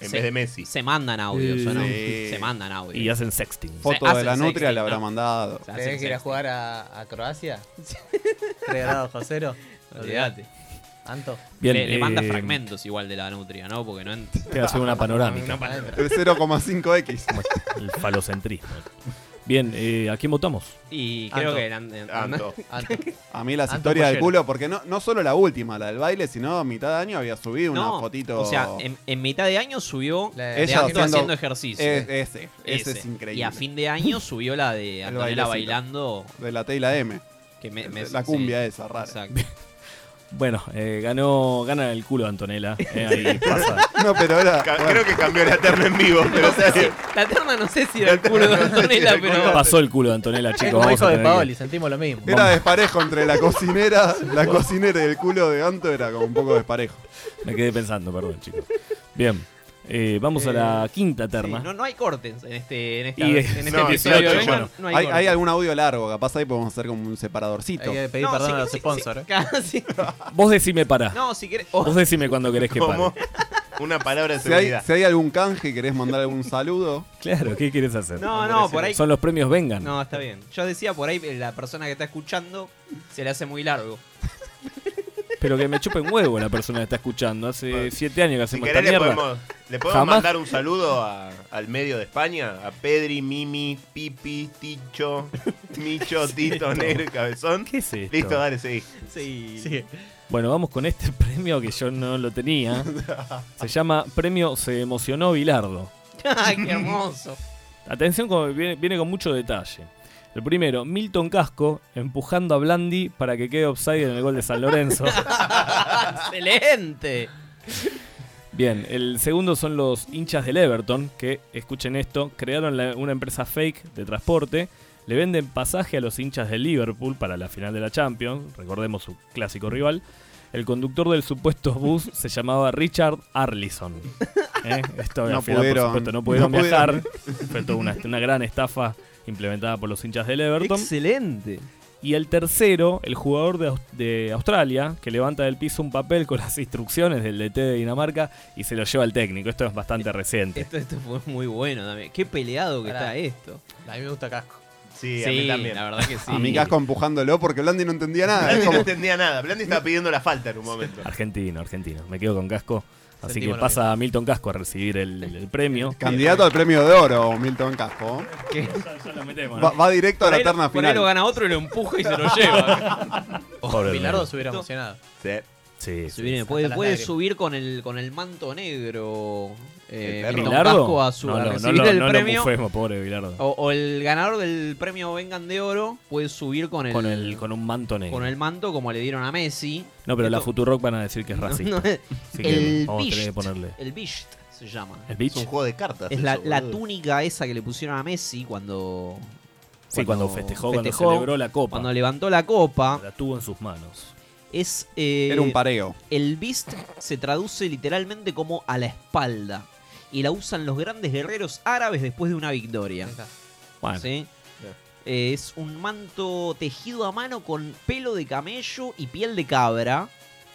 Speaker 8: En vez de
Speaker 11: Messi.
Speaker 8: Se mandan audios, ¿o no?
Speaker 9: Sí.
Speaker 8: Se mandan audios.
Speaker 10: Y hacen sexting.
Speaker 9: Foto
Speaker 8: Se
Speaker 9: de la
Speaker 8: hacen
Speaker 9: nutria
Speaker 8: sexting,
Speaker 9: le habrá
Speaker 8: ¿no?
Speaker 9: mandado.
Speaker 8: Se hacen
Speaker 4: ¿Tenés que ir a
Speaker 8: sexting.
Speaker 4: jugar a, a Croacia? 3 grados bajo cero.
Speaker 8: Olvídate.
Speaker 4: Anto.
Speaker 10: Bien,
Speaker 8: le, le manda
Speaker 10: eh,
Speaker 8: fragmentos igual de la nutria, ¿no? Porque no ent-
Speaker 10: Te hace una panorámica.
Speaker 8: Una panorámica.
Speaker 9: El 0,5X.
Speaker 10: El falocentrismo. Bien, eh, ¿a quién votamos?
Speaker 8: Y creo que el Ant- Anto. *laughs* Anto.
Speaker 9: *laughs* A mí las
Speaker 8: Anto
Speaker 9: historias del
Speaker 8: Pollero.
Speaker 9: culo, porque no, no solo la última, la del baile, sino a mitad de año había subido una fotito.
Speaker 8: O sea, en, en mitad de año subió la de
Speaker 9: Ella
Speaker 8: Anto
Speaker 9: haciendo-
Speaker 8: haciendo, ejercicio.
Speaker 9: Es- ese, ese es increíble.
Speaker 8: Y a fin de año subió la de Antonella
Speaker 9: bailecito.
Speaker 8: bailando.
Speaker 9: De la T y la M.
Speaker 8: Que me- me-
Speaker 9: la cumbia esa, rara.
Speaker 8: Exacto.
Speaker 10: Bueno, eh, ganó, gana el culo de Antonella. eh, ahí pasa.
Speaker 9: *laughs* No, pero ahora.
Speaker 11: Ca- Creo que cambió la terna en vivo, pero
Speaker 8: No sé
Speaker 11: salió.
Speaker 8: si- *laughs* la terna no sé si era el
Speaker 10: *laughs*
Speaker 8: culo de Antonella, pero.
Speaker 10: Pasó el culo de Antonella,
Speaker 4: Es
Speaker 10: chicos.
Speaker 4: como
Speaker 10: vamos
Speaker 4: hijo
Speaker 10: a
Speaker 4: de
Speaker 10: tener que-
Speaker 4: Paoli, sentimos lo mismo.
Speaker 9: Era desparejo entre la cocinera, la cocinera y el culo de Anto era como un poco desparejo.
Speaker 10: Me quedé pensando, perdón, chicos. Bien, eh, vamos a la quinta terna.
Speaker 8: No, no hay cortes en este, en esta,
Speaker 10: Ah.
Speaker 8: en
Speaker 10: Y-
Speaker 8: este
Speaker 10: *laughs* no,
Speaker 8: episodio.
Speaker 10: dieciocho,
Speaker 8: Vengan,
Speaker 10: bueno.
Speaker 8: no
Speaker 9: hay,
Speaker 8: hay
Speaker 9: hay,
Speaker 8: cortes.
Speaker 9: algún audio largo, capaz ahí podemos hacer como un separadorcito.
Speaker 4: Hay que pedir
Speaker 8: No,
Speaker 4: perdón
Speaker 8: sí,
Speaker 4: a los
Speaker 8: sí, *laughs*
Speaker 4: sponsors.
Speaker 8: Casi.
Speaker 10: Vos decime para.
Speaker 8: No, si querés. Oh.
Speaker 10: Vos decime cuando querés que pare.
Speaker 11: ¿Cómo? Una palabra de
Speaker 9: eh. Si hay,
Speaker 11: seguridad.
Speaker 9: si hay algún canje, querés mandar algún saludo.
Speaker 10: Claro, ¿qué quieres hacer?
Speaker 8: No, no, por ahí-
Speaker 10: Son los premios vengan.
Speaker 8: No, está bien. Yo decía por ahí, la persona que está escuchando se le hace muy
Speaker 4: *laughs*
Speaker 8: largo.
Speaker 10: Pero que me chupen huevo la persona que está escuchando. Hace siete años que
Speaker 11: Si
Speaker 10: hacemos
Speaker 11: querés
Speaker 10: esta
Speaker 11: le
Speaker 10: mierda.
Speaker 11: podemos, ¿Le podemos
Speaker 10: Jamás-
Speaker 11: mandar un saludo a- al medio de España? A Pedri, Mimi, Pipi,
Speaker 10: *laughs*
Speaker 11: Ticho, Micho, Tito,
Speaker 10: esto?
Speaker 11: Negro y Cabezón.
Speaker 10: ¿Qué es esto?
Speaker 11: Listo, dale, seguí.
Speaker 10: Sí. Bueno, vamos con este *laughs* premio que yo no
Speaker 11: *laughs*
Speaker 10: lo tenía. Se llama Premio Se emocionó Bilardo.
Speaker 6: Ay, qué hermoso.
Speaker 10: Atención, con- viene, viene con mucho detalle. El primero, Milton Casco empujando a Blandi para que quede offside en el gol de
Speaker 11: *laughs*
Speaker 8: *laughs*
Speaker 10: San Lorenzo.
Speaker 6: Excelente.
Speaker 10: Bien, el segundo son los hinchas del Everton, que, escuchen esto, crearon la- una empresa fake de transporte, le venden pasaje a los hinchas del Liverpool para la final de la Champions, recordemos su clásico rival. El conductor del supuesto bus se llamaba Richard Arlison. ¿Eh? Esto
Speaker 9: No
Speaker 10: al final,
Speaker 9: pudieron,
Speaker 10: por supuesto, no pudieron
Speaker 9: no
Speaker 10: viajar.
Speaker 9: pudieron.
Speaker 10: Fue toda una, una gran estafa implementada por los hinchas del Everton. Excelente. Y el tercero, el jugador de, Aus- de Australia, que levanta del piso un papel con las instrucciones del DT de Dinamarca y se lo lleva al técnico. Esto es bastante reciente.
Speaker 8: Esto, esto fue muy bueno también. Qué peleado que está
Speaker 4: Pará.
Speaker 8: esto.
Speaker 4: A mí me gusta casco.
Speaker 11: Sí, a mí también. Ah,
Speaker 8: La verdad que sí.
Speaker 9: A mi casco empujándolo porque Blandi no entendía nada.
Speaker 11: *laughs* Blandi
Speaker 9: es como-
Speaker 11: no entendía nada. Blandi estaba pidiendo la falta en un momento.
Speaker 10: Argentino, argentino. Me quedo con casco. Así
Speaker 11: Sentimos
Speaker 10: que
Speaker 11: lo
Speaker 10: pasa a Milton Casco a recibir el, el premio.
Speaker 9: Candidato al premio de oro, Milton Casco. Va, va directo a la terna
Speaker 8: Por ahí
Speaker 9: final.
Speaker 8: lo gana otro y lo empuja y se
Speaker 9: *laughs*
Speaker 8: lo lleva.
Speaker 10: Pobre Bilardo
Speaker 4: se hubiera emocionado.
Speaker 11: Sí.
Speaker 10: Sí.
Speaker 8: Se viene, puede,
Speaker 4: Hasta las
Speaker 8: puede
Speaker 4: lágrimas.
Speaker 8: subir con el, con el manto negro. Eh,
Speaker 10: ¿El perro?
Speaker 8: Milton
Speaker 10: ¿Bilardo?
Speaker 8: Casco a su
Speaker 10: No,
Speaker 8: a
Speaker 10: no, no
Speaker 8: recibir
Speaker 10: lo-
Speaker 8: el
Speaker 10: no lo
Speaker 8: premio.
Speaker 10: mufemos, pobre Bilardo.
Speaker 8: O, o el ganador del premio Vengan de Oro puede subir con el
Speaker 10: Con, el, con un manto negro.
Speaker 8: con el manto como le dieron a Messi.
Speaker 10: No, pero la
Speaker 8: Esto-
Speaker 10: Futurock van a decir que es racista.
Speaker 8: No, no,
Speaker 10: Así que
Speaker 8: el
Speaker 10: vamos a tener que
Speaker 8: Beast,
Speaker 10: ponerle.
Speaker 8: el Beast se llama.
Speaker 10: ¿El Beast? Es un
Speaker 11: juego de cartas
Speaker 8: Es la,
Speaker 11: eso,
Speaker 8: la
Speaker 11: boludo.
Speaker 8: túnica esa que le pusieron a Messi cuando.
Speaker 10: Sí, cuando festejó, cuando celebró la copa.
Speaker 8: Cuando levantó la copa.
Speaker 10: La tuvo en sus manos.
Speaker 8: Es, eh,
Speaker 9: Era un pareo.
Speaker 8: El Beast se traduce literalmente como a la espalda. Y la usan los grandes guerreros árabes después de una victoria.
Speaker 10: Bueno.
Speaker 8: ¿Sí?
Speaker 10: Bien.
Speaker 8: Eh, es un manto tejido a mano con pelo de camello y piel de cabra.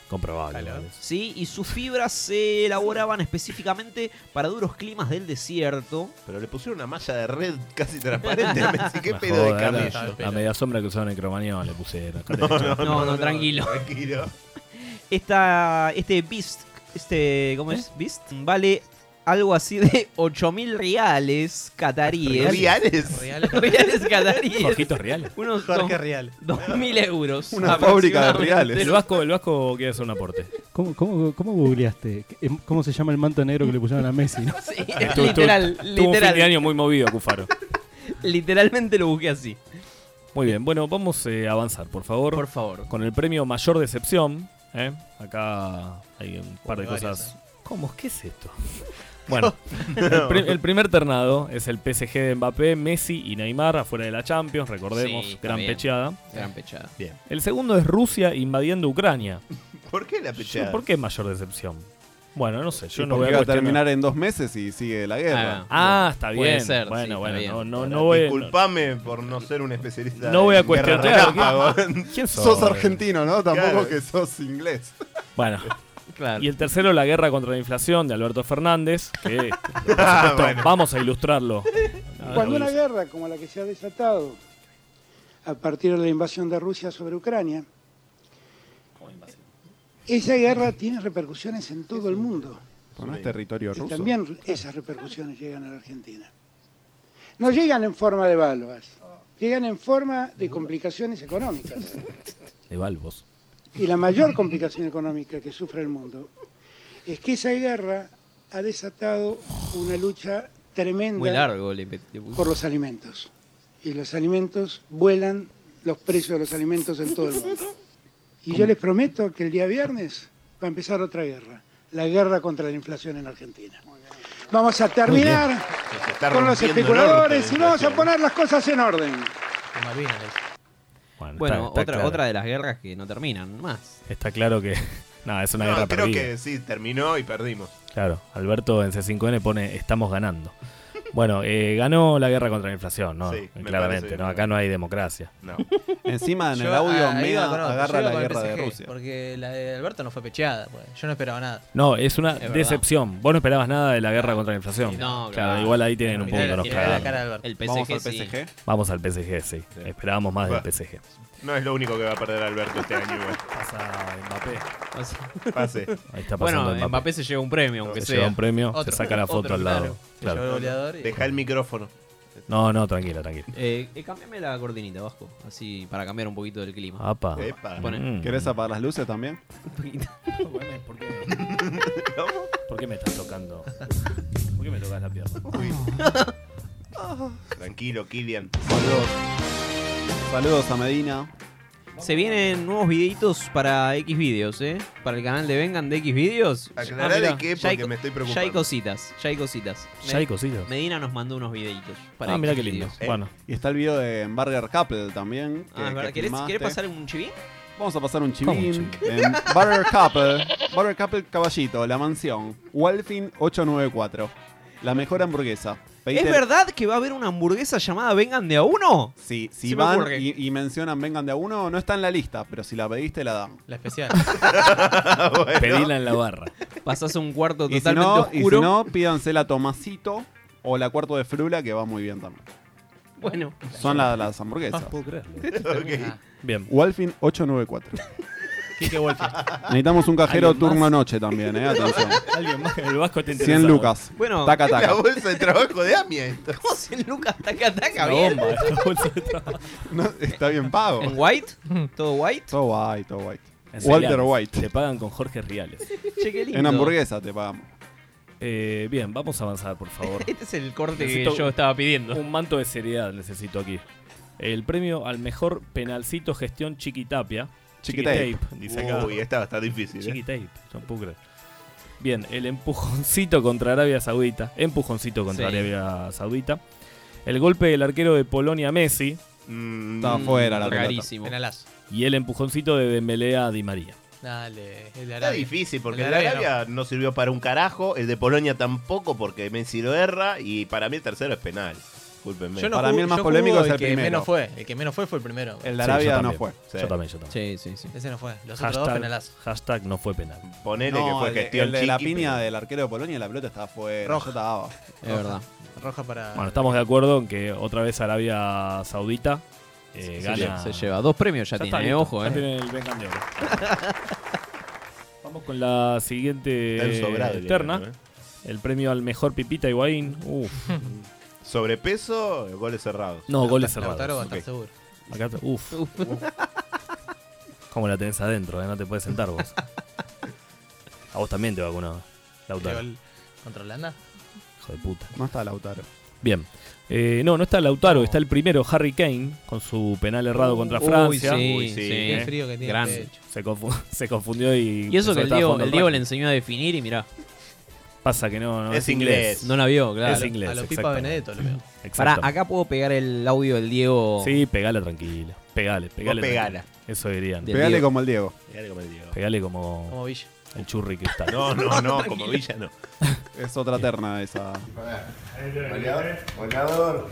Speaker 10: Comprobable. igual.
Speaker 8: ¿sí? Y sus fibras se elaboraban específicamente para duros climas del desierto.
Speaker 11: Pero le pusieron una malla de red casi
Speaker 10: *laughs*
Speaker 11: transparente. a Messi. ¿Qué
Speaker 10: Me
Speaker 11: pedo de
Speaker 10: joda,
Speaker 11: camello?
Speaker 10: la- La media sombra que usaban en Cromañón le pusieron.
Speaker 8: no, no, tranquilo.
Speaker 11: Tranquilo.
Speaker 8: Esta, este Beast, este,
Speaker 4: ¿Eh?
Speaker 8: ¿cómo es? Beast, vale algo así de *laughs* 8.000 reales cataríes.
Speaker 11: ¿Reales?
Speaker 8: *laughs* Reales, reales cataríes.
Speaker 10: Ojitos reales.
Speaker 8: Unos
Speaker 10: Jorge
Speaker 8: dos-
Speaker 10: Real.
Speaker 8: 2.000 euros. aproximadamente.
Speaker 10: El Vasco, el Vasco quiere hacer un aporte.
Speaker 16: ¿Cómo, cómo, cómo googleaste? ¿Qué- ¿Cómo se llama el manto negro que le pusieron a Messi? no? *laughs*
Speaker 10: Estuvo- estuvo-
Speaker 8: literal,
Speaker 10: Tuvo un fin
Speaker 8: literal.
Speaker 10: de año muy movido, Cufaro.
Speaker 8: *laughs* Literalmente lo busqué así.
Speaker 10: Muy bien, bueno, vamos eh, a avanzar, por favor. Por
Speaker 8: favor.
Speaker 10: Con el premio Mayor Decepción. ¿eh? Acá hay un par de
Speaker 6: varias,
Speaker 10: cosas. ¿Cómo? ¿Qué
Speaker 11: *laughs*
Speaker 10: es esto?
Speaker 8: *laughs*
Speaker 10: Bueno, el, pri- el primer ternado es el PSG de Mbappé, Messi y Neymar afuera de la Champions, recordemos,
Speaker 8: Sí, está
Speaker 10: gran
Speaker 8: bien.
Speaker 10: pecheada.
Speaker 8: Gran pechada.
Speaker 11: Bien.
Speaker 10: El segundo es Rusia invadiendo Ucrania.
Speaker 11: ¿Por qué la pechada?
Speaker 10: ¿Por qué mayor decepción? Bueno, no sé, yo
Speaker 9: Sí,
Speaker 10: no voy a
Speaker 9: porque va a
Speaker 10: cuestionar.
Speaker 9: terminar en dos meses y sigue la guerra.
Speaker 10: Ah, está bien.
Speaker 11: Puede ser,
Speaker 10: bueno,
Speaker 11: sí, está
Speaker 10: bueno,
Speaker 11: bien.
Speaker 10: no, no,
Speaker 11: Ahora,
Speaker 10: no voy a-
Speaker 11: Disculpame por no ser un especialista.
Speaker 10: No voy a
Speaker 11: en guerra
Speaker 10: cuestionar.
Speaker 11: relámpago.
Speaker 10: ¿Quién- *laughs* quién sos?
Speaker 9: Sos argentino, ¿no? Tampoco
Speaker 11: Claro.
Speaker 9: que sos inglés.
Speaker 11: *laughs*
Speaker 10: Bueno. Y el tercero, la guerra contra la inflación de Alberto Fernández, que por
Speaker 11: *laughs*
Speaker 10: supuesto,
Speaker 11: bueno.
Speaker 10: vamos
Speaker 11: *laughs*
Speaker 10: a ilustrarlo.
Speaker 17: Cuando una guerra como la que se ha desatado a partir de la invasión de Rusia sobre Ucrania, esa guerra tiene repercusiones en todo el mundo.
Speaker 9: Bueno, es territorio
Speaker 17: Y
Speaker 9: ruso.
Speaker 17: también esas repercusiones llegan a la Argentina. No llegan en forma de balbas, llegan en forma de complicaciones económicas.
Speaker 10: De Balbos.
Speaker 17: Y la mayor complicación económica que sufre el mundo es que esa guerra ha desatado una lucha tremenda
Speaker 8: Muy largo le, pe- le
Speaker 17: por los alimentos. Y los alimentos vuelan los precios de los alimentos en todo el mundo. Y yo les prometo que el día viernes va a empezar otra guerra, la guerra contra la inflación en Argentina. Vamos a terminar
Speaker 11: Se está
Speaker 17: con los
Speaker 11: rompiendo el orto
Speaker 17: especuladores
Speaker 11: de
Speaker 17: y vamos a
Speaker 11: inflación.
Speaker 17: poner las cosas en orden.
Speaker 10: Bueno,
Speaker 8: Bueno,
Speaker 10: está- está
Speaker 8: otra,
Speaker 10: claro.
Speaker 8: otra de las guerras que no terminan más.
Speaker 10: Está claro que. *laughs* Nada, es una
Speaker 11: No,
Speaker 10: guerra
Speaker 11: creo
Speaker 10: perdida.
Speaker 11: que sí, terminó y perdimos.
Speaker 10: Claro, Alberto en C5N pone: estamos ganando. Bueno, eh, ganó la guerra contra la inflación, ¿no?
Speaker 11: Sí, me
Speaker 10: Claramente,
Speaker 11: parece
Speaker 10: ¿no? Acá no hay democracia.
Speaker 11: No.
Speaker 9: Encima en
Speaker 4: Yo
Speaker 9: el
Speaker 8: ah,
Speaker 9: audio
Speaker 4: ahí
Speaker 9: Mega
Speaker 4: iba con otro, yo
Speaker 9: agarra
Speaker 4: iba
Speaker 9: la
Speaker 4: con el
Speaker 9: guerra de
Speaker 4: PSG,
Speaker 9: Rusia.
Speaker 4: Porque la de Alberto no fue pecheada. pues, Yo no esperaba nada.
Speaker 10: No, es una
Speaker 4: verdad.
Speaker 10: decepción. Vos no esperabas nada de la guerra contra la inflación.
Speaker 4: Sí, no,
Speaker 10: claro,
Speaker 4: claro.
Speaker 10: igual ahí tienen un
Speaker 4: Mirá la-
Speaker 10: punto. Nos
Speaker 4: mirá la
Speaker 10: cagaron.
Speaker 4: cara de Alberto. El
Speaker 8: PSG, Vamos al sí. PSG.
Speaker 10: Vamos al PSG, sí. Esperábamos más del PSG.
Speaker 11: No es lo único que va a perder Alberto este año, igual.
Speaker 10: Pasa Mbappé.
Speaker 11: Pase.
Speaker 10: Ahí está
Speaker 11: eh,
Speaker 10: pasando
Speaker 8: bueno, Mbappé se lleva un premio, aunque
Speaker 10: Se
Speaker 8: sea.
Speaker 10: lleva un premio, se saca la foto al lado. Claro.
Speaker 11: Deja el micrófono.
Speaker 10: No, no, tranquila, tranquila.
Speaker 8: Eh, eh, cambiame la cortinita, Vasco. Así, para cambiar un poquito del clima.
Speaker 10: Apa.
Speaker 8: Pone-
Speaker 10: Mm.
Speaker 9: ¿Querés apagar las luces también?
Speaker 10: ¿Por qué? *laughs* ¿Por qué me estás tocando? ¿Por qué me tocas la pierna? *laughs*
Speaker 11: Tranquilo, Kilian.
Speaker 9: Saludos a Medina.
Speaker 8: Se vienen nuevos videitos para X videos, ¿eh? Para el canal de Vengan de X videos. Ah,
Speaker 11: Aclará de qué, porque me estoy preocupando.
Speaker 8: Ya hay cositas, ya hay cositas.
Speaker 10: Ya hay cositas.
Speaker 8: Medina nos mandó unos videitos.
Speaker 10: Ah, mirá qué
Speaker 8: Xvideos.
Speaker 10: lindo. Bueno.
Speaker 9: Y está el video de Burger Couple también. que-
Speaker 8: Ah, es verdad.
Speaker 9: que
Speaker 8: ¿Querés,
Speaker 9: filmaste.
Speaker 8: ¿Querés pasar un chivín?
Speaker 9: Vamos a pasar un
Speaker 8: ¿Cómo un
Speaker 9: chivín. En Butter Couple, Butter Couple Caballito, La Mansión, Walfin 894. La mejor hamburguesa. Pedite-
Speaker 8: ¿Es verdad que va a haber una hamburguesa llamada Vengan de a uno?
Speaker 9: Sí, si
Speaker 8: Se me
Speaker 9: van
Speaker 8: ocurre.
Speaker 9: y, y mencionan vengan de a uno, no está en la lista, pero si la pediste la dan.
Speaker 4: La
Speaker 9: *laughs*
Speaker 4: especial.
Speaker 10: *laughs* Pedila en la barra.
Speaker 8: Pasás un cuarto
Speaker 9: Y si,
Speaker 8: totalmente
Speaker 9: no, y si
Speaker 8: oscuro.
Speaker 9: no, pídanse la Tomasito o la cuarto de frula, que va muy bien también.
Speaker 8: Bueno.
Speaker 9: Son la- las hamburguesas.
Speaker 8: Ah, puedo creerlo.
Speaker 10: Bien.
Speaker 9: Walfin 894.
Speaker 4: Quique Wolf.
Speaker 9: Necesitamos un cajero
Speaker 4: ¿Alguien más?
Speaker 9: turno noche también,
Speaker 11: *laughs*
Speaker 10: *laughs*
Speaker 9: eh. Atención.
Speaker 4: Alguien más.
Speaker 10: El Vasco te
Speaker 9: 100 lucas.
Speaker 8: Bueno,
Speaker 9: taca, taca.
Speaker 11: La bolsa de trabajo de eh. Amia, esto.
Speaker 8: *laughs* ¿Cómo se Lucas taca ataca
Speaker 9: Una
Speaker 8: bien?
Speaker 9: bomba, esta *laughs* No, está bien pago.
Speaker 8: ¿En white? ¿Todo white?
Speaker 9: Todo white, todo white.
Speaker 10: En
Speaker 9: Walter
Speaker 10: reales.
Speaker 9: White.
Speaker 10: Te pagan con Jorge Riales.
Speaker 8: Che, qué lindo.
Speaker 9: En hamburguesa te pagamos.
Speaker 10: Eh, bien, vamos a avanzar, por favor.
Speaker 8: *laughs* Este es el corte
Speaker 10: Necesito
Speaker 8: que yo estaba pidiendo.
Speaker 10: Un manto de seriedad necesito aquí. El premio al mejor penalcito gestión chiquitapia.
Speaker 9: Chiquitape.
Speaker 10: dice acá.
Speaker 11: Uy, esta va a estar difícil. ¿eh?
Speaker 10: Chiquitape, no puedo creer. Bien, el empujoncito contra Arabia Saudita. Empujoncito contra
Speaker 8: Sí.
Speaker 10: Arabia Saudita. El golpe del arquero de Polonia Messi.
Speaker 11: Mm,
Speaker 9: Estaba fuera la pelota.
Speaker 8: Rarísimo.
Speaker 4: Penalazo.
Speaker 10: Y el empujoncito de Dembélé a Di María.
Speaker 4: Dale. El de
Speaker 11: Está
Speaker 4: Arabia.
Speaker 11: difícil porque
Speaker 4: El
Speaker 11: el
Speaker 4: de
Speaker 11: de
Speaker 4: Arabia
Speaker 11: Arabia no. sirvió para un carajo, el de Polonia tampoco porque Messi lo erra y para mí el tercero es penal. Discúlpenme.
Speaker 4: Yo no
Speaker 9: Para mí
Speaker 4: jugo-
Speaker 9: el más
Speaker 4: yo
Speaker 9: polémico
Speaker 4: jugo
Speaker 9: es el
Speaker 4: que
Speaker 9: primero.
Speaker 4: menos fue. El que menos fue fue el primero. *laughs*
Speaker 9: El de
Speaker 10: Sí,
Speaker 9: Arabia
Speaker 10: yo
Speaker 9: no
Speaker 10: también.
Speaker 9: fue.
Speaker 11: Sí.
Speaker 10: Yo también, yo también.
Speaker 8: Sí, sí, sí.
Speaker 4: Ese no fue. Los otros dos
Speaker 10: Hashtag,
Speaker 4: penalazos.
Speaker 10: hashtag no fue penal.
Speaker 11: Ponele que
Speaker 9: No,
Speaker 11: fue
Speaker 9: el, de-
Speaker 11: gestión
Speaker 9: el de la
Speaker 11: chiqui,
Speaker 9: piña
Speaker 11: pero-
Speaker 9: del arquero de Polonia, la pelota estaba fuera.
Speaker 4: Roja.
Speaker 9: yo estaba.
Speaker 8: Es verdad.
Speaker 4: Roja para.
Speaker 10: Bueno, estamos de acuerdo en que otra vez Arabia Saudita eh,
Speaker 8: Se
Speaker 10: gana.
Speaker 8: lleva- Se lleva dos premios ya,
Speaker 10: Ya
Speaker 8: tiene,
Speaker 10: está
Speaker 8: eh,
Speaker 10: listo,
Speaker 8: ojo,
Speaker 10: ya
Speaker 8: eh.
Speaker 10: tiene el Vengan de Oro.
Speaker 9: *laughs*
Speaker 10: Vamos con la siguiente
Speaker 11: Está sobrado, yo
Speaker 10: terna.
Speaker 11: creo, ¿eh?
Speaker 10: El premio al mejor Pipita Higuaín. Uf,
Speaker 11: Sobrepeso, goles cerrados.
Speaker 10: no, goles
Speaker 4: Lautaro va
Speaker 10: cerrados.
Speaker 4: a estar
Speaker 11: *laughs*
Speaker 4: seguro.
Speaker 10: Acá, está- uf. ¿Cómo la tenés adentro? eh? No te puedes sentar vos. A vos también te vacunaba, Lautaro.
Speaker 4: Gol contra Holanda.
Speaker 10: Hijo de puta.
Speaker 9: No está Lautaro.
Speaker 10: Bien. Eh, no, no está Lautaro, está el primero, Harry Kane, con su penal errado contra Francia.
Speaker 8: sí,
Speaker 11: Uy, sí, eh.
Speaker 8: sí.
Speaker 4: Qué frío que tiene.
Speaker 8: Grande.
Speaker 4: el pecho.
Speaker 10: Se, confu- *laughs* se confundió y.
Speaker 8: Y eso que el
Speaker 10: estaba
Speaker 8: Diego,
Speaker 10: jugando
Speaker 8: el Diego
Speaker 10: rugby.
Speaker 8: le enseñó a definir y mirá,
Speaker 10: Pasa que no, no
Speaker 11: Es
Speaker 10: es, inglés.
Speaker 11: inglés.
Speaker 8: no la vio, claro.
Speaker 10: Es inglés.
Speaker 4: A lo Pipa
Speaker 10: exactamente.
Speaker 4: Benedetto lo veo.
Speaker 8: Pará,
Speaker 10: Exactamente.
Speaker 8: acá puedo pegar el audio del Diego.
Speaker 10: Sí, pegala tranquila. Pegale, pegale.
Speaker 11: pegala.
Speaker 10: tranquila. Eso dirían.
Speaker 8: Del
Speaker 9: Pegale
Speaker 8: Diego.
Speaker 9: como el Diego.
Speaker 11: Mirá cómo le digo.
Speaker 10: Pegale como
Speaker 4: Como Villa.
Speaker 10: el churri que está.
Speaker 11: No,
Speaker 8: *laughs*
Speaker 11: no, no, como Villa no.
Speaker 9: Es otra terna esa.
Speaker 18: Goleador, goleador.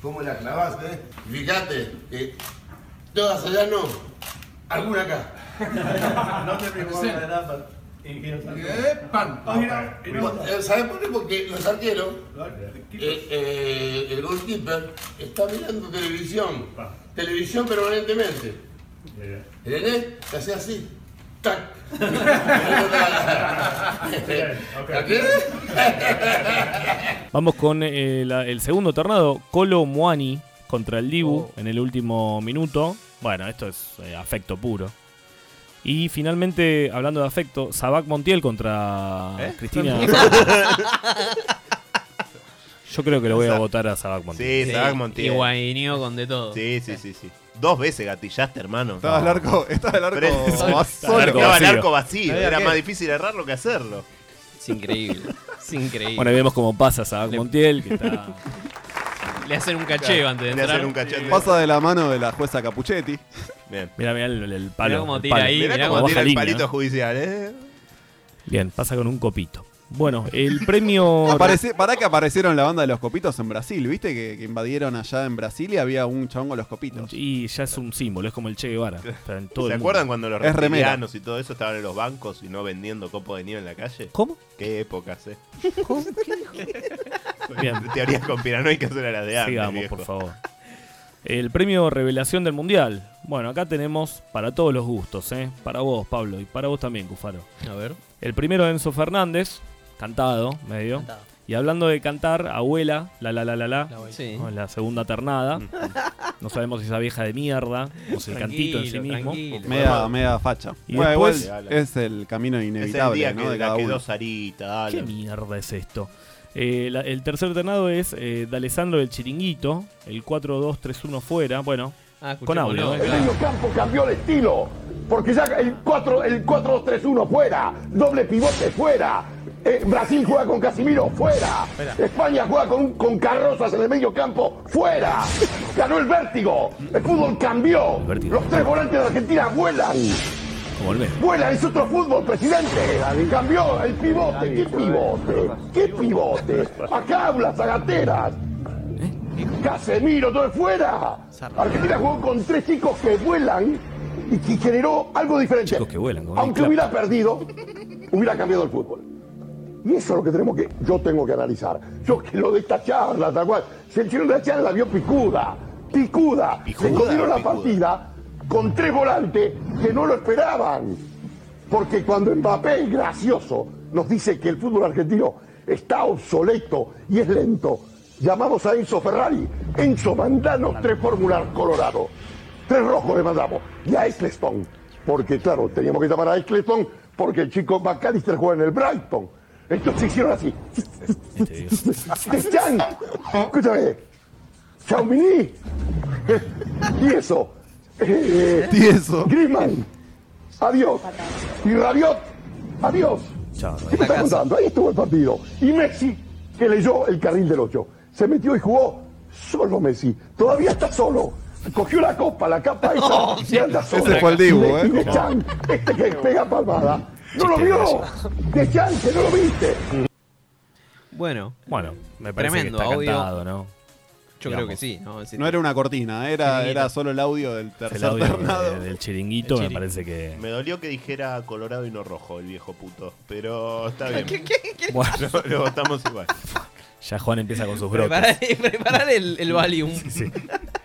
Speaker 18: ¿Cómo la clavaste? eh? Fíjate que todas allá no, alguna acá. *laughs* no te preocupes, nada. ¿Sabes por qué? Porque los arqueros, eh, eh, el goalkeeper, está mirando televisión, televisión permanentemente. ¿Entendés? Te hace así. ¡Tac! *laughs* ¿A qué?
Speaker 10: Vamos con eh, la- el segundo tornado, Colo Muani contra el
Speaker 11: Oh.
Speaker 10: Dibu en el último minuto. Bueno, esto es eh, afecto puro. Y finalmente, hablando de afecto, Sabac Montiel contra
Speaker 11: ¿Eh? *laughs*
Speaker 10: Cristina. Yo creo que lo voy a votar a Sabac Montiel.
Speaker 11: Sí, Sabac Montiel.
Speaker 8: Y Guainio con de todo.
Speaker 11: Sí, sí, sí, sí. Dos veces gatillaste, hermano.
Speaker 9: Estaba el arco, estaba el
Speaker 11: Pero-
Speaker 9: arco más
Speaker 10: Estaba el
Speaker 9: solo.
Speaker 11: Estaba el
Speaker 10: vacío.
Speaker 11: arco vacío.
Speaker 9: No había
Speaker 11: Era
Speaker 9: qué.
Speaker 11: más difícil errarlo que hacerlo.
Speaker 8: Es increíble.
Speaker 11: *laughs*
Speaker 8: Es increíble.
Speaker 10: Bueno, ahí vemos cómo pasa Sabac Montiel,
Speaker 11: *laughs*
Speaker 10: que está
Speaker 8: Le hacen un cacheo antes de
Speaker 11: Le
Speaker 8: entrar.
Speaker 11: hacen un cachete.
Speaker 9: Pasa de la mano de la jueza Capuchetti.
Speaker 11: Bien.
Speaker 10: Mira, mira el, el palo.
Speaker 8: Mirá cómo
Speaker 10: el
Speaker 8: tira
Speaker 10: palo.
Speaker 8: ahí,
Speaker 11: Mirá,
Speaker 8: mirá
Speaker 11: cómo
Speaker 10: cómo
Speaker 11: tira
Speaker 10: baja
Speaker 11: el
Speaker 10: línea,
Speaker 11: palito
Speaker 10: ¿eh?
Speaker 11: judicial, ¿eh?
Speaker 10: Bien, pasa con un copito. Bueno, el premio.
Speaker 9: Aparece, pará que aparecieron la banda de los copitos en Brasil, ¿viste? Que, que invadieron allá en Brasil y había un chabón con los copitos.
Speaker 10: Y ya es un símbolo, es como el Che Guevara. Está en todo
Speaker 11: ¿Se
Speaker 10: el mundo.
Speaker 11: acuerdan cuando los
Speaker 9: Es remera.
Speaker 11: reptilianos y todo eso estaban en los bancos y no vendiendo copo de nieve en la calle?
Speaker 10: ¿Cómo?
Speaker 11: Qué épocas, eh.
Speaker 10: Bien.
Speaker 11: *laughs* Teorías conspiranoicas eran las de antes.
Speaker 10: Sigamos,
Speaker 11: viejo.
Speaker 10: por favor. El premio Revelación del Mundial. Bueno, acá tenemos para todos los gustos, ¿eh? Para vos, Pablo, y para vos también, Cufaro.
Speaker 4: A ver.
Speaker 10: El primero, Enzo Fernández, cantado, medio. Y hablando de cantar, abuela, la la la la la,
Speaker 4: Sí.
Speaker 10: ¿no? la segunda ternada.
Speaker 9: Mm.
Speaker 10: no sabemos si esa vieja de mierda o si el cantito en sí
Speaker 9: Tranquilo,
Speaker 10: mismo.
Speaker 9: tranquilo. Media- media facha.
Speaker 10: Y
Speaker 9: Bueno,
Speaker 10: después-
Speaker 9: igual es el camino inevitable,
Speaker 11: día
Speaker 9: ¿no?
Speaker 11: que
Speaker 9: de
Speaker 11: la
Speaker 9: cada
Speaker 11: quedó
Speaker 9: uno.
Speaker 11: Sarita, dale.
Speaker 10: ¿Qué mierda es esto? Eh, la- el tercer ternado es eh, de Alessandro del Chiringuito, el 4-2-3-1 fuera, bueno,
Speaker 4: Ah,
Speaker 10: con audio. ¿eh?
Speaker 19: El medio campo cambió de estilo. Porque ya el 4 el 4-2-3-1 fuera. Doble pivote fuera. eh, Brasil juega con Casimiro fuera.
Speaker 11: Espera.
Speaker 19: España juega con, un- con Carrozas en el medio campo fuera. Ganó el vértigo. El fútbol cambió. Los tres volantes de Argentina vuelan.
Speaker 10: Como el meme.
Speaker 19: Vuela, es otro fútbol, presidente. Cambió el pivote. ¿Qué pivote? ¿Qué pivote? Acá habla Zagateras. Casemiro, todo es fuera. Argentina jugó con tres chicos que vuelan y que generó algo diferente.
Speaker 10: que vuelan. como
Speaker 19: Aunque
Speaker 10: Nick
Speaker 19: hubiera perdido, hubiera cambiado el fútbol. Y eso es lo que tenemos que, yo tengo que analizar. Yo que lo de esta charla, tal cual. Si el chino de la charla la vio picuda, picuda, se escondieron la partida con tres volantes que no lo esperaban. Porque cuando Mbappé es gracioso, nos dice que el fútbol argentino está obsoleto y es lento. Llamamos a Enzo Ferrari. Enzo, mandanos tres fórmulas colorado. Tres rojos le mandamos. Y a Eccleston. Porque, claro, teníamos que llamar a Eccleston porque el chico McAllister juega en el Brighton. Entonces hicieron así. *laughs*
Speaker 4: Este
Speaker 19: Cristian, escúchame. *laughs* Chaumini. Tieso. Eh,
Speaker 9: Tieso.
Speaker 19: Griezmann. Adiós. Y Rabiot. Adiós. ¿Qué me está contando? Ahí estuvo el partido. Y Messi, que leyó el carril del 8. Se metió y jugó solo Messi. Todavía está solo. Cogió la copa, la capa esa,
Speaker 9: *laughs* No,
Speaker 19: y anda
Speaker 9: ese
Speaker 19: solo.
Speaker 9: fue el Dibu,
Speaker 19: Y le-
Speaker 9: ¿eh?
Speaker 19: y le chan, este que pega palmada. No lo vio. De chan, que no lo viste.
Speaker 8: Bueno.
Speaker 10: Bueno, me parece
Speaker 8: Tremendo
Speaker 10: que está
Speaker 8: audio.
Speaker 10: cantado, ¿no?
Speaker 8: Yo creo que sí. No, este.
Speaker 9: No era una cortina, era,
Speaker 11: Sí,
Speaker 9: era
Speaker 11: no.
Speaker 9: solo el audio del
Speaker 10: Es
Speaker 9: tercer
Speaker 10: El audio
Speaker 9: ternado.
Speaker 10: de- del chiringuito me parece que...
Speaker 11: Me dolió que dijera colorado y no rojo el viejo puto, pero está bien.
Speaker 8: ¿Qué- qué- qué-
Speaker 11: Bueno, lo votamos
Speaker 8: *laughs*
Speaker 11: igual.
Speaker 10: Ya Juan empieza con sus
Speaker 8: Preparar,
Speaker 10: brotes.
Speaker 8: *laughs* preparar el, el Valium. *laughs*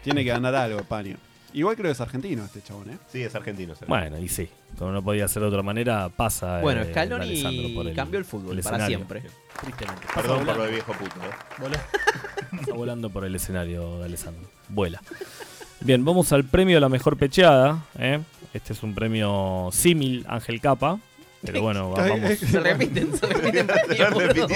Speaker 9: Tiene que ganar algo, paño. Igual creo que es argentino este chabón, ¿eh?
Speaker 11: Sí, es argentino. es argentino.
Speaker 10: Bueno, y sí, como no podía ser de otra manera, pasa...
Speaker 8: Bueno,
Speaker 10: eh,
Speaker 8: Scaloni
Speaker 10: D'Alessandro por
Speaker 8: cambió el fútbol para
Speaker 10: escenario.
Speaker 8: siempre. Tristemente.
Speaker 11: Perdón por lo de viejo puto.
Speaker 8: *laughs*
Speaker 11: ¿eh?
Speaker 10: Está volando por el escenario, Alessandro. Vuela. Bien, vamos al premio de la mejor pecheada. ¿eh? Este es un premio símil Ángel Capa.
Speaker 8: *laughs*
Speaker 10: Pero bueno, va- vamos.
Speaker 8: Se repiten, se *laughs* repiten.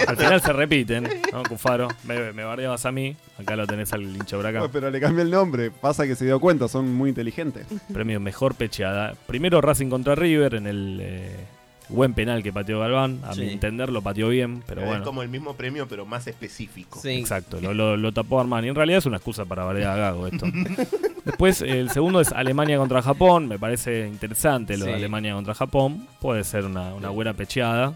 Speaker 10: Al final se repiten, ¿no, Cufaro? Me, me bardeabas a mí. Acá lo tenés al hincha
Speaker 9: Bueno,
Speaker 10: huracán.
Speaker 9: Pero le cambió el nombre. Pasa que se dio cuenta, son muy inteligentes.
Speaker 10: Premio mejor pecheada. Primero Racing contra River en el eh, buen penal que pateó Galván. A mi
Speaker 11: Sí.
Speaker 10: entender lo pateó bien,
Speaker 8: Eh,
Speaker 10: pero
Speaker 11: es
Speaker 10: bueno.
Speaker 11: como el mismo premio, pero más específico.
Speaker 10: Exacto, lo, lo- lo tapó Armani. En realidad es una excusa para variar a
Speaker 8: *laughs*
Speaker 10: Gago esto. Después, el segundo es Alemania contra Japón. Me parece interesante lo de
Speaker 11: Sí.
Speaker 10: Alemania contra Japón. Puede ser una, una buena pecheada.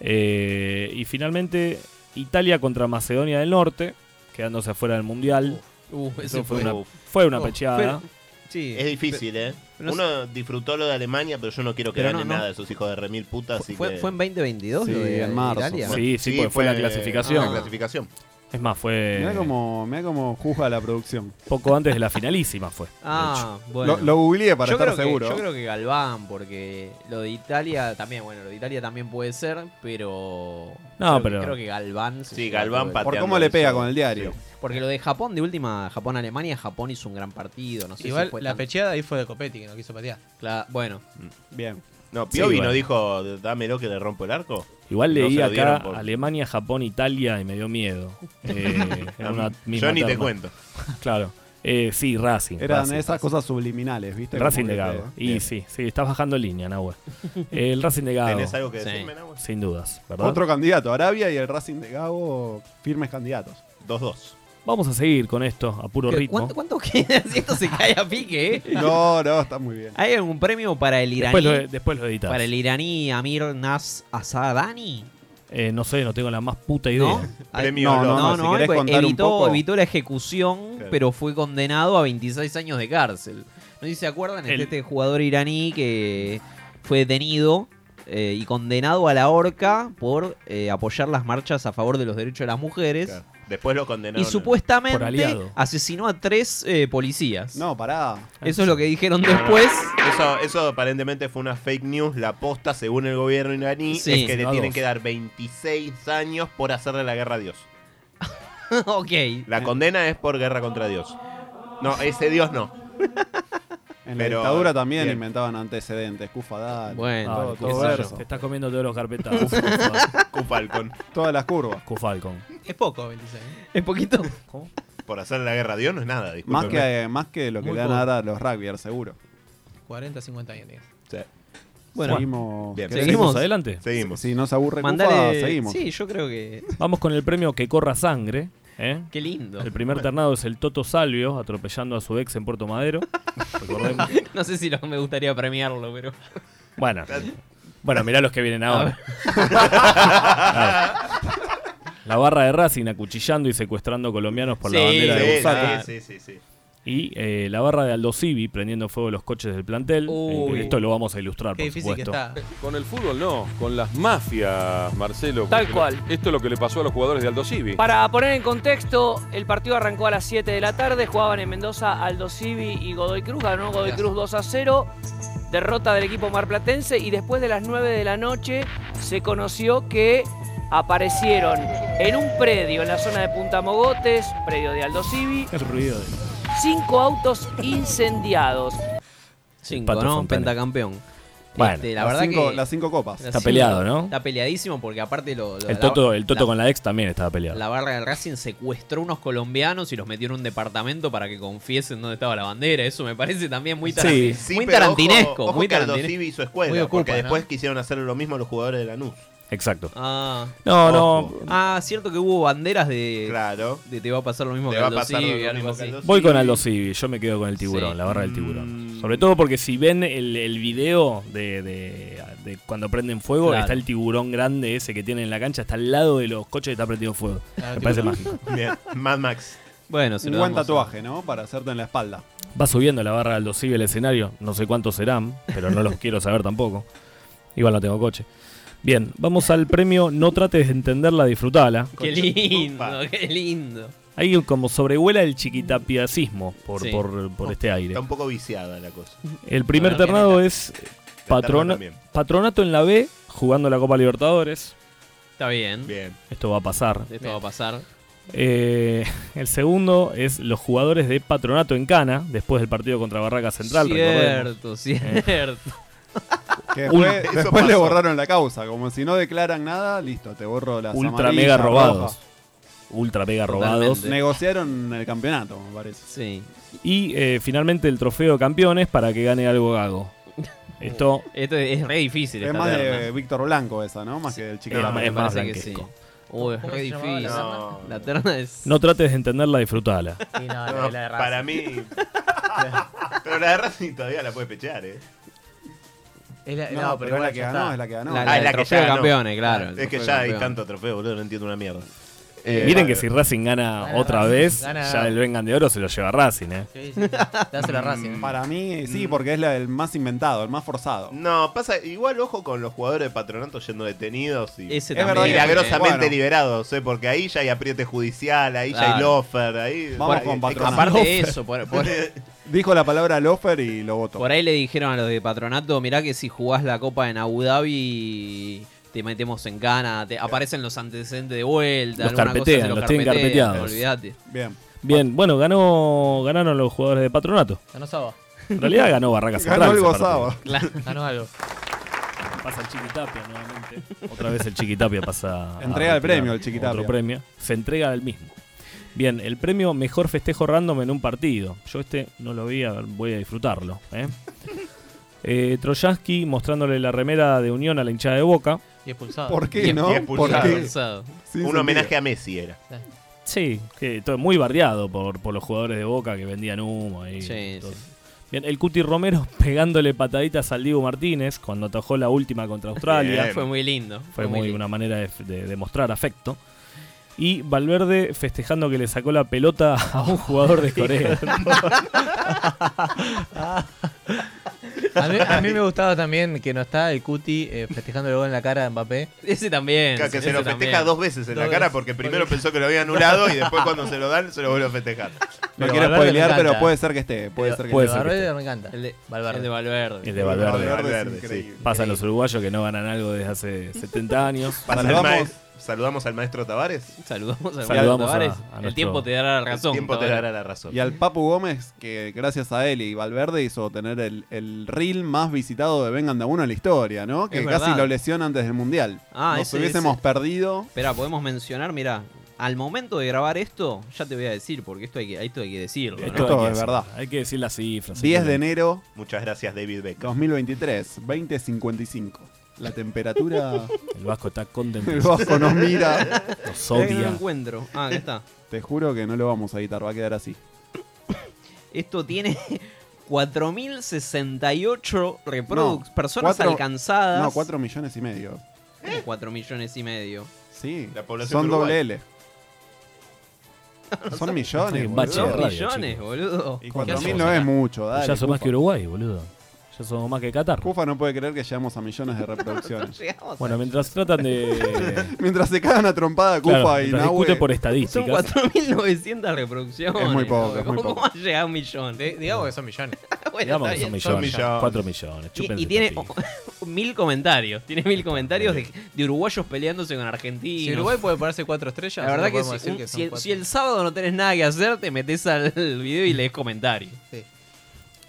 Speaker 10: Eh, y finalmente, Italia contra Macedonia del Norte, quedándose afuera del Mundial.
Speaker 8: Uh,
Speaker 10: Eso
Speaker 8: ese
Speaker 10: fue,
Speaker 8: fue-
Speaker 10: una, fue una
Speaker 8: Oh,
Speaker 10: pecheada.
Speaker 8: pero- Sí.
Speaker 11: Es difícil, ¿eh?
Speaker 8: pero no
Speaker 11: Uno disfrutó lo de Alemania, pero yo no quiero que
Speaker 8: Pero no,
Speaker 11: ganen
Speaker 8: no.
Speaker 11: nada de esos hijos de remil putas. así
Speaker 8: Fue,
Speaker 11: que-
Speaker 8: fue en 2022 lo de Italia.
Speaker 10: Sí, sí, porque fue, la clasificación.
Speaker 11: La clasificación.
Speaker 10: Es más, fue
Speaker 9: Mirá como, mirá como juzga la producción.
Speaker 10: poco antes de la finalísima. fue.
Speaker 8: Ah,
Speaker 9: Lo-
Speaker 8: bueno.
Speaker 9: Lo, googleé para
Speaker 8: Yo
Speaker 9: estar
Speaker 8: creo que-
Speaker 9: seguro.
Speaker 8: yo creo que Galván, porque lo de Italia también, bueno, lo de Italia también puede ser, pero.
Speaker 10: No,
Speaker 8: creo que-
Speaker 10: pero-
Speaker 8: creo que Galván. se
Speaker 11: Sí,
Speaker 8: lleva
Speaker 11: Galván
Speaker 8: todo el-
Speaker 11: pateando
Speaker 9: Por cómo le pega con el diario.
Speaker 8: Porque lo de Japón, de última, Japón-Alemania, Japón hizo un gran partido. No sé
Speaker 4: Igual
Speaker 8: si fue
Speaker 4: la
Speaker 8: tan-
Speaker 4: pecheada ahí fue de Copetti que no quiso
Speaker 10: *laughs*
Speaker 4: patear.
Speaker 8: Cla- bueno.
Speaker 9: Bien.
Speaker 11: No,
Speaker 10: Sí,
Speaker 11: Piovi
Speaker 10: bueno.
Speaker 11: no dijo, dámelo que le rompo el arco.
Speaker 10: Igual
Speaker 11: No se
Speaker 10: leí
Speaker 11: lo
Speaker 10: acá
Speaker 11: dieron por-
Speaker 10: Alemania, Japón, Italia y me
Speaker 11: *laughs*
Speaker 10: dio miedo. Eh, en una misma
Speaker 11: Yo ni te
Speaker 10: terna.
Speaker 11: cuento.
Speaker 10: *laughs* Claro. Eh, sí, Racing.
Speaker 9: Eran
Speaker 10: Racing,
Speaker 9: esas cosas subliminales, ¿viste?
Speaker 10: Racing
Speaker 9: Como
Speaker 10: de
Speaker 9: que
Speaker 10: Gago.
Speaker 9: te-
Speaker 10: Y sí, sí, estás bajando línea,
Speaker 9: *laughs*
Speaker 10: Nahuel. El Racing de Gago.
Speaker 9: ¿Tenés algo que
Speaker 10: Sí.
Speaker 9: decirme, Nahuel?
Speaker 10: Sin dudas, ¿verdad?
Speaker 9: Otro candidato, Arabia y el Racing de Gago, firmes candidatos.
Speaker 11: 2-2.
Speaker 10: Vamos a seguir con esto a puro
Speaker 8: ¿Qué-
Speaker 10: ritmo.
Speaker 8: ¿Cuánto, cuánto queda *laughs* si esto se cae a pique, eh?
Speaker 9: No, no, está muy bien.
Speaker 8: ¿Hay algún premio para el iraní?
Speaker 10: Después lo, después lo editás.
Speaker 8: Para el iraní Amir Nas Asadani.
Speaker 10: Eh, no sé, no tengo la más puta idea. *laughs*
Speaker 8: ¿No? Ay, no, no, no, pues, evitó, evitó la ejecución,
Speaker 10: Claro.
Speaker 8: pero fue condenado a 26 años de cárcel. No sé si se acuerdan, este,
Speaker 10: El-
Speaker 8: este jugador iraní que fue detenido eh, y condenado a la horca por eh, apoyar las marchas a favor de los derechos de las mujeres.
Speaker 11: Después lo condenaron.
Speaker 8: Y
Speaker 11: Por
Speaker 8: supuestamente
Speaker 11: aliado.
Speaker 8: asesinó a tres eh, policías.
Speaker 9: No, pará.
Speaker 10: Ah,
Speaker 8: Eso es lo que dijeron después.
Speaker 11: Eso, eso aparentemente fue una fake news. La posta, según el gobierno iraní,
Speaker 8: Sí.
Speaker 11: es que le
Speaker 8: Vamos.
Speaker 11: tienen que dar 26 años por hacerle la guerra a Dios.
Speaker 8: *laughs* ok.
Speaker 11: La condena es por guerra contra Dios. No, ese Dios no.
Speaker 9: En la
Speaker 11: Pero,
Speaker 9: dictadura también
Speaker 11: bien.
Speaker 9: inventaban antecedentes. Cufa dale.
Speaker 10: Bueno,
Speaker 9: todo,
Speaker 10: qué
Speaker 9: todo
Speaker 10: sé yo,
Speaker 9: verso.
Speaker 10: te estás comiendo todos los carpetazos.
Speaker 11: Cufalcon.
Speaker 9: Todas las curvas.
Speaker 10: Cufalcon.
Speaker 4: Es poco, ¿eh? 26.
Speaker 8: Es poquito.
Speaker 11: Por hacer la guerra a Dios no es nada,
Speaker 9: Más
Speaker 11: discúlpenme.
Speaker 9: que, eh, más que lo que
Speaker 4: Muy
Speaker 9: le dan
Speaker 4: poco.
Speaker 9: ahora a los rugbyers, seguro.
Speaker 4: 40, 50 años. tiene.
Speaker 8: Bueno.
Speaker 9: seguimos.
Speaker 10: Bien.
Speaker 9: ¿querés?
Speaker 10: ¿Seguimos adelante?
Speaker 11: Seguimos.
Speaker 9: Si no se aburre Cufa,
Speaker 10: Mandale-
Speaker 9: seguimos.
Speaker 8: Sí, yo creo que.
Speaker 10: Vamos con el premio Que Corra Sangre. ¿eh?
Speaker 8: Qué lindo.
Speaker 10: El primer ternado es el Toto Salvio, atropellando a su ex en
Speaker 11: *laughs*
Speaker 10: Puerto Madero. Recordemos.
Speaker 8: *laughs* no sé si lo- me gustaría premiarlo, pero.
Speaker 10: Bueno. Bueno, mirá los que vienen ahora. *laughs* La barra de Racing acuchillando y secuestrando colombianos por la
Speaker 11: Sí,
Speaker 10: bandera
Speaker 11: sí,
Speaker 10: de Busaco.
Speaker 11: sí, sí, sí, sí.
Speaker 10: Y eh, la barra de Aldo Civi prendiendo fuego los coches del plantel. Eh,
Speaker 20: Uy.
Speaker 10: Esto lo vamos a ilustrar,
Speaker 20: Qué
Speaker 10: por
Speaker 20: difícil
Speaker 10: supuesto.
Speaker 20: Con el fútbol no, con las mafias, Marcelo. Tal cual. Esto es lo que le pasó a los jugadores de Aldo Civi.
Speaker 21: Para poner en contexto, el partido arrancó a las 7 de la tarde, jugaban en Mendoza Aldo Civi y Godoy Cruz, ganó Godoy Cruz 2 a 0, derrota del equipo marplatense y después de las 9 de la noche se conoció que aparecieron en un predio en la zona de Punta Mogotes, predio de Aldo Civi,
Speaker 10: El ruido de...
Speaker 21: cinco autos incendiados.
Speaker 8: Cinco,
Speaker 10: Pato
Speaker 8: ¿no?
Speaker 10: Fontana.
Speaker 8: Pentacampeón.
Speaker 10: Bueno.
Speaker 8: Este, la
Speaker 9: Las
Speaker 8: verdad
Speaker 9: cinco-
Speaker 8: que.
Speaker 9: las cinco copas.
Speaker 8: las
Speaker 10: Está peleado, ¿no?
Speaker 8: Está peleadísimo porque aparte lo. lo-
Speaker 10: El
Speaker 8: la-
Speaker 10: Toto, el toto
Speaker 8: la-
Speaker 10: con la ex también estaba peleado.
Speaker 8: La barra del Racing secuestró unos colombianos y los metió en un departamento para que confiesen dónde estaba la bandera. Eso me parece también muy, taran-
Speaker 11: Sí, sí,
Speaker 8: muy
Speaker 11: pero
Speaker 8: tarantinesco.
Speaker 11: ojo- ojo
Speaker 8: muy
Speaker 11: que Aldo
Speaker 8: tarantine-
Speaker 11: Civi hizo escuela,
Speaker 8: Muy
Speaker 11: porque
Speaker 8: ocupa, ¿no?
Speaker 11: después quisieron hacer lo mismo los jugadores de Lanús.
Speaker 10: Exacto.
Speaker 8: Ah.
Speaker 10: No,
Speaker 8: no. Ah, cierto que hubo banderas de.
Speaker 11: Claro.
Speaker 8: De te va a pasar lo mismo
Speaker 11: Te
Speaker 8: que
Speaker 11: va a
Speaker 8: Aldo
Speaker 11: pasar lo
Speaker 8: Civi,
Speaker 11: mismo
Speaker 8: algo
Speaker 11: que
Speaker 8: así.
Speaker 11: Aldo
Speaker 10: Voy con Aldo Civi, yo me quedo con el tiburón, la barra del
Speaker 8: Mm.
Speaker 10: tiburón. Sobre todo porque si ven el, el video de, de- de cuando prenden fuego,
Speaker 8: Claro.
Speaker 10: está el tiburón grande ese que tiene en la cancha, está al lado de los coches y está prendido fuego.
Speaker 8: Claro,
Speaker 10: Me parece
Speaker 8: Ah, tiburón.
Speaker 10: mágico.
Speaker 11: Bien,
Speaker 8: *laughs*
Speaker 11: Mad Max.
Speaker 8: Bueno, se
Speaker 9: Un
Speaker 8: lo
Speaker 9: buen
Speaker 8: damos a-
Speaker 9: tatuaje, ¿no? Para hacerte en la espalda.
Speaker 10: Va subiendo la barra de Aldo Civi el escenario, no sé cuántos serán, pero no los quiero saber tampoco. Igual no tengo coche. Bien, vamos al premio No trates de entenderla, disfrutala.
Speaker 8: Qué lindo, qué lindo.
Speaker 10: Ahí como sobrevuela el chiquitapiacismo por,
Speaker 8: Sí. Oh.
Speaker 10: por, por este aire.
Speaker 11: Está un poco viciada la cosa.
Speaker 10: El primer ternado es eh, patrona-
Speaker 11: también.
Speaker 10: Patronato en la B, jugando la Copa Libertadores.
Speaker 8: Está bien.
Speaker 11: Bien.
Speaker 10: Esto va a pasar.
Speaker 8: Esto va a pasar.
Speaker 10: Eh, el segundo es los jugadores de Patronato en Cana, después del partido contra Barraca Central.
Speaker 8: Cierto,
Speaker 10: recordemos. Eh,
Speaker 8: cierto.
Speaker 9: Que
Speaker 10: Un-
Speaker 9: después
Speaker 10: Eso
Speaker 9: después le
Speaker 10: pasó.
Speaker 9: borraron la causa. Como si no declaran nada, listo, te borro las
Speaker 10: ultra
Speaker 9: amarillas,
Speaker 10: mega robados.
Speaker 9: rojas.
Speaker 10: Ultra mega
Speaker 9: Totalmente.
Speaker 10: robados.
Speaker 9: Negociaron el campeonato, me parece.
Speaker 8: Sí.
Speaker 10: Y eh, finalmente el trofeo de campeones para que gane algo gago. Esto
Speaker 8: Esto es re difícil.
Speaker 9: Es
Speaker 8: esta
Speaker 9: más
Speaker 8: terna.
Speaker 9: de Víctor Blanco esa, ¿no? Más que del chiquito.
Speaker 10: es más- es más
Speaker 8: Parece que sí.
Speaker 10: blanquesco.
Speaker 8: Uy, es re
Speaker 6: se llamaba la
Speaker 8: difícil.
Speaker 6: terna?
Speaker 8: La terna es.
Speaker 10: no trates de entenderla, disfrutala.
Speaker 6: Sí, no, la de- la de Racing. *laughs*
Speaker 11: para mí. pero la de Racing todavía la puede pechar, ¿eh?
Speaker 6: Es la-
Speaker 9: No,
Speaker 6: no,
Speaker 9: pero es la
Speaker 6: igual
Speaker 9: que
Speaker 6: ya
Speaker 9: ganó,
Speaker 6: está.
Speaker 9: es la que
Speaker 11: Ah,
Speaker 9: ganó.
Speaker 8: La- la del trofeo de
Speaker 11: ganó.
Speaker 8: campeones, claro, el
Speaker 11: Es que
Speaker 8: trofeo
Speaker 11: ya
Speaker 8: de
Speaker 11: hay
Speaker 8: campeón.
Speaker 11: tanto trofeo, boludo, no entiendo una mierda.
Speaker 10: Eh, Miren que si Racing gana,
Speaker 11: Gana
Speaker 10: otra
Speaker 11: Racing,
Speaker 10: vez,
Speaker 11: gana-
Speaker 10: ya el Vengan de Oro se lo lleva Racing, ¿eh?
Speaker 6: Dáselo a Racing.
Speaker 9: Para mí, sí, porque es la- el más inventado, el más forzado.
Speaker 11: No, pasa, igual ojo con los jugadores de patronato yendo detenidos y
Speaker 9: Ese Es también. verdad que-
Speaker 11: milagrosamente
Speaker 9: bueno.
Speaker 11: liberados, ¿eh? porque ahí ya hay apriete judicial, ahí ya hay
Speaker 9: Claro.
Speaker 11: lofer, ahí.
Speaker 9: Vamos
Speaker 11: Bueno,
Speaker 9: con
Speaker 11: hay que-
Speaker 9: patronato.
Speaker 8: Aparte de eso, por- por-
Speaker 9: Dijo la palabra lofer y lo votó.
Speaker 8: Por ahí le dijeron a los de Patronato, mirá que si jugás la Copa en Abu Dhabi te metemos en cana, te aparecen los antecedentes de vuelta,
Speaker 10: Los
Speaker 8: alguna
Speaker 10: carpetean,
Speaker 8: cosa se
Speaker 10: los tienen
Speaker 8: carpetean,
Speaker 10: carpeteados.
Speaker 8: Olvídate.
Speaker 9: Bien.
Speaker 10: Bien, bueno, ganó, ganaron los jugadores de Patronato.
Speaker 6: Ganó Saba.
Speaker 10: En realidad ganó Barraca Central.
Speaker 9: Ganó
Speaker 10: ese
Speaker 9: algo
Speaker 10: partido.
Speaker 9: Saba.
Speaker 6: Ganó algo.
Speaker 10: Pasa el Chiquitapia nuevamente. Otra vez el *laughs* Chiquitapia pasa. a
Speaker 9: *laughs* Entrega el
Speaker 10: retirar
Speaker 9: premio al Chiquitapia.
Speaker 10: Otro premio. Se entrega el mismo. Bien, el premio Mejor Festejo Random en un partido. Yo este no lo vi, a ver, voy a disfrutarlo.
Speaker 9: *laughs*
Speaker 10: ¿eh? Eh, Troyansky mostrándole la remera de Unión a la hinchada de Boca.
Speaker 6: Y expulsado.
Speaker 9: ¿Por qué
Speaker 6: Y
Speaker 9: no?
Speaker 11: y expulsado.
Speaker 9: ¿Por qué?
Speaker 6: Expulsado.
Speaker 9: Sin
Speaker 11: Un
Speaker 9: sentido.
Speaker 11: homenaje a Messi era.
Speaker 10: Sí, que todo muy bardeado por, por los jugadores de Boca que vendían humo. Y
Speaker 8: Sí,
Speaker 10: todo. Bien, el Cuti Romero *laughs* pegándole pataditas al Diego Martínez cuando atajó la última contra Australia.
Speaker 8: Fue muy lindo.
Speaker 10: Fue muy una manera de, de- de mostrar afecto. Y Valverde festejando que le sacó la pelota
Speaker 8: *laughs*
Speaker 10: Ah, a un jugador de Corea.
Speaker 6: A mí, a mí me gustaba también que no está el Cuti eh, festejando el gol en la cara a Mbappé. Ese también.
Speaker 11: Claro, que se
Speaker 6: ese
Speaker 11: lo festeja
Speaker 6: también.
Speaker 11: dos veces en la
Speaker 6: Dos
Speaker 11: cara
Speaker 6: veces.
Speaker 11: porque primero pensó que lo había anulado y después cuando se lo dan se lo vuelve
Speaker 6: *laughs*
Speaker 11: a festejar.
Speaker 9: No quiero
Speaker 6: Valverde
Speaker 9: spoilear,
Speaker 6: me
Speaker 9: pero
Speaker 6: encanta.
Speaker 9: puede ser que esté. Puede
Speaker 6: El-
Speaker 9: ser que
Speaker 6: el de
Speaker 9: esté.
Speaker 6: Valverde me encanta. El de Valverde.
Speaker 10: El de Valverde.
Speaker 9: El de Valverde es
Speaker 11: Valverde, sí.
Speaker 9: increíble.
Speaker 10: Pasan los uruguayos que no ganan algo desde hace 70 años.
Speaker 11: Pasa el maes- ¿Saludamos al maestro Tavares?
Speaker 10: Saludamos
Speaker 11: al
Speaker 10: Saludamos
Speaker 11: maestro
Speaker 10: a-
Speaker 11: Tavares.
Speaker 10: a
Speaker 11: El
Speaker 10: nuestro-
Speaker 11: tiempo te dará la razón, El tiempo te Tavares. dará la razón.
Speaker 9: Y al Papu Gómez, que gracias a él y Valverde hizo tener el, el reel más visitado de Vengan de a uno en la historia, ¿no? Que
Speaker 8: Es
Speaker 9: casi
Speaker 8: verdad.
Speaker 9: lo lesiona antes del Mundial.
Speaker 8: Ah,
Speaker 9: Nos
Speaker 8: ese-
Speaker 9: hubiésemos
Speaker 8: ese-
Speaker 9: perdido.
Speaker 8: Espera, podemos mencionar, mira, al momento de grabar esto, ya te voy a decir, porque esto hay que, esto hay que decirlo. ¿no?
Speaker 10: hay que decir- Hay que decir las cifras.
Speaker 9: 10 de enero.
Speaker 11: Muchas gracias, David Beck.
Speaker 9: 2023, 20.55.
Speaker 8: *laughs*
Speaker 9: La temperatura...
Speaker 10: El Vasco está contemplado.
Speaker 9: El Vasco nos mira.
Speaker 10: Nos odia.
Speaker 8: encuentro. Ah, acá está.
Speaker 9: Te juro que no lo vamos a editar, va a quedar así.
Speaker 8: Esto tiene *laughs* 4.068 reproducts,
Speaker 9: No,
Speaker 8: personas
Speaker 9: cuatro-
Speaker 8: alcanzadas.
Speaker 9: No, 4 millones y medio.
Speaker 8: ¿Cómo cuatro millones y medio.
Speaker 9: Sí,
Speaker 8: La población
Speaker 9: son
Speaker 8: de Uruguay.
Speaker 9: doble L. Son millones,
Speaker 10: Un
Speaker 9: boludo.
Speaker 10: bache de radio,
Speaker 8: millones,
Speaker 10: chicos.
Speaker 8: boludo.
Speaker 9: Y 4.000 no es mucho, dale.
Speaker 10: Ya son más
Speaker 9: Cufa.
Speaker 10: que Uruguay, boludo. Ya somos más que Qatar.
Speaker 9: Cufa no puede creer que llegamos a millones
Speaker 10: *laughs*
Speaker 9: de reproducciones.
Speaker 10: Bueno, mientras tratan de.
Speaker 9: *laughs* Mientras se cagan a trompada Cufa
Speaker 10: Claro,
Speaker 9: y
Speaker 10: mientras
Speaker 9: Nahue.
Speaker 10: discuten por
Speaker 8: Son *laughs*
Speaker 10: estadísticas.
Speaker 8: 4.900 reproducciones.
Speaker 9: Es muy poco, es muy
Speaker 8: ¿Cómo,
Speaker 9: poco.
Speaker 8: cómo ha llegado a un millón? digamos que son *laughs* millones.
Speaker 10: Digamos que son millones, cuatro millones,
Speaker 8: Y,
Speaker 10: chúpense
Speaker 8: y tiene oh, *laughs* mil comentarios. Tiene mil comentarios de, de uruguayos peleándose con argentinos.
Speaker 6: Si Uruguay puede ponerse cuatro estrellas,
Speaker 8: La verdad que,
Speaker 6: podemos
Speaker 8: si,
Speaker 6: decir
Speaker 8: un-
Speaker 6: que son
Speaker 8: si el-
Speaker 6: cuatro.
Speaker 8: si el sábado no tenés nada que hacer, te metes al *laughs* video y lees comentarios.
Speaker 6: Sí.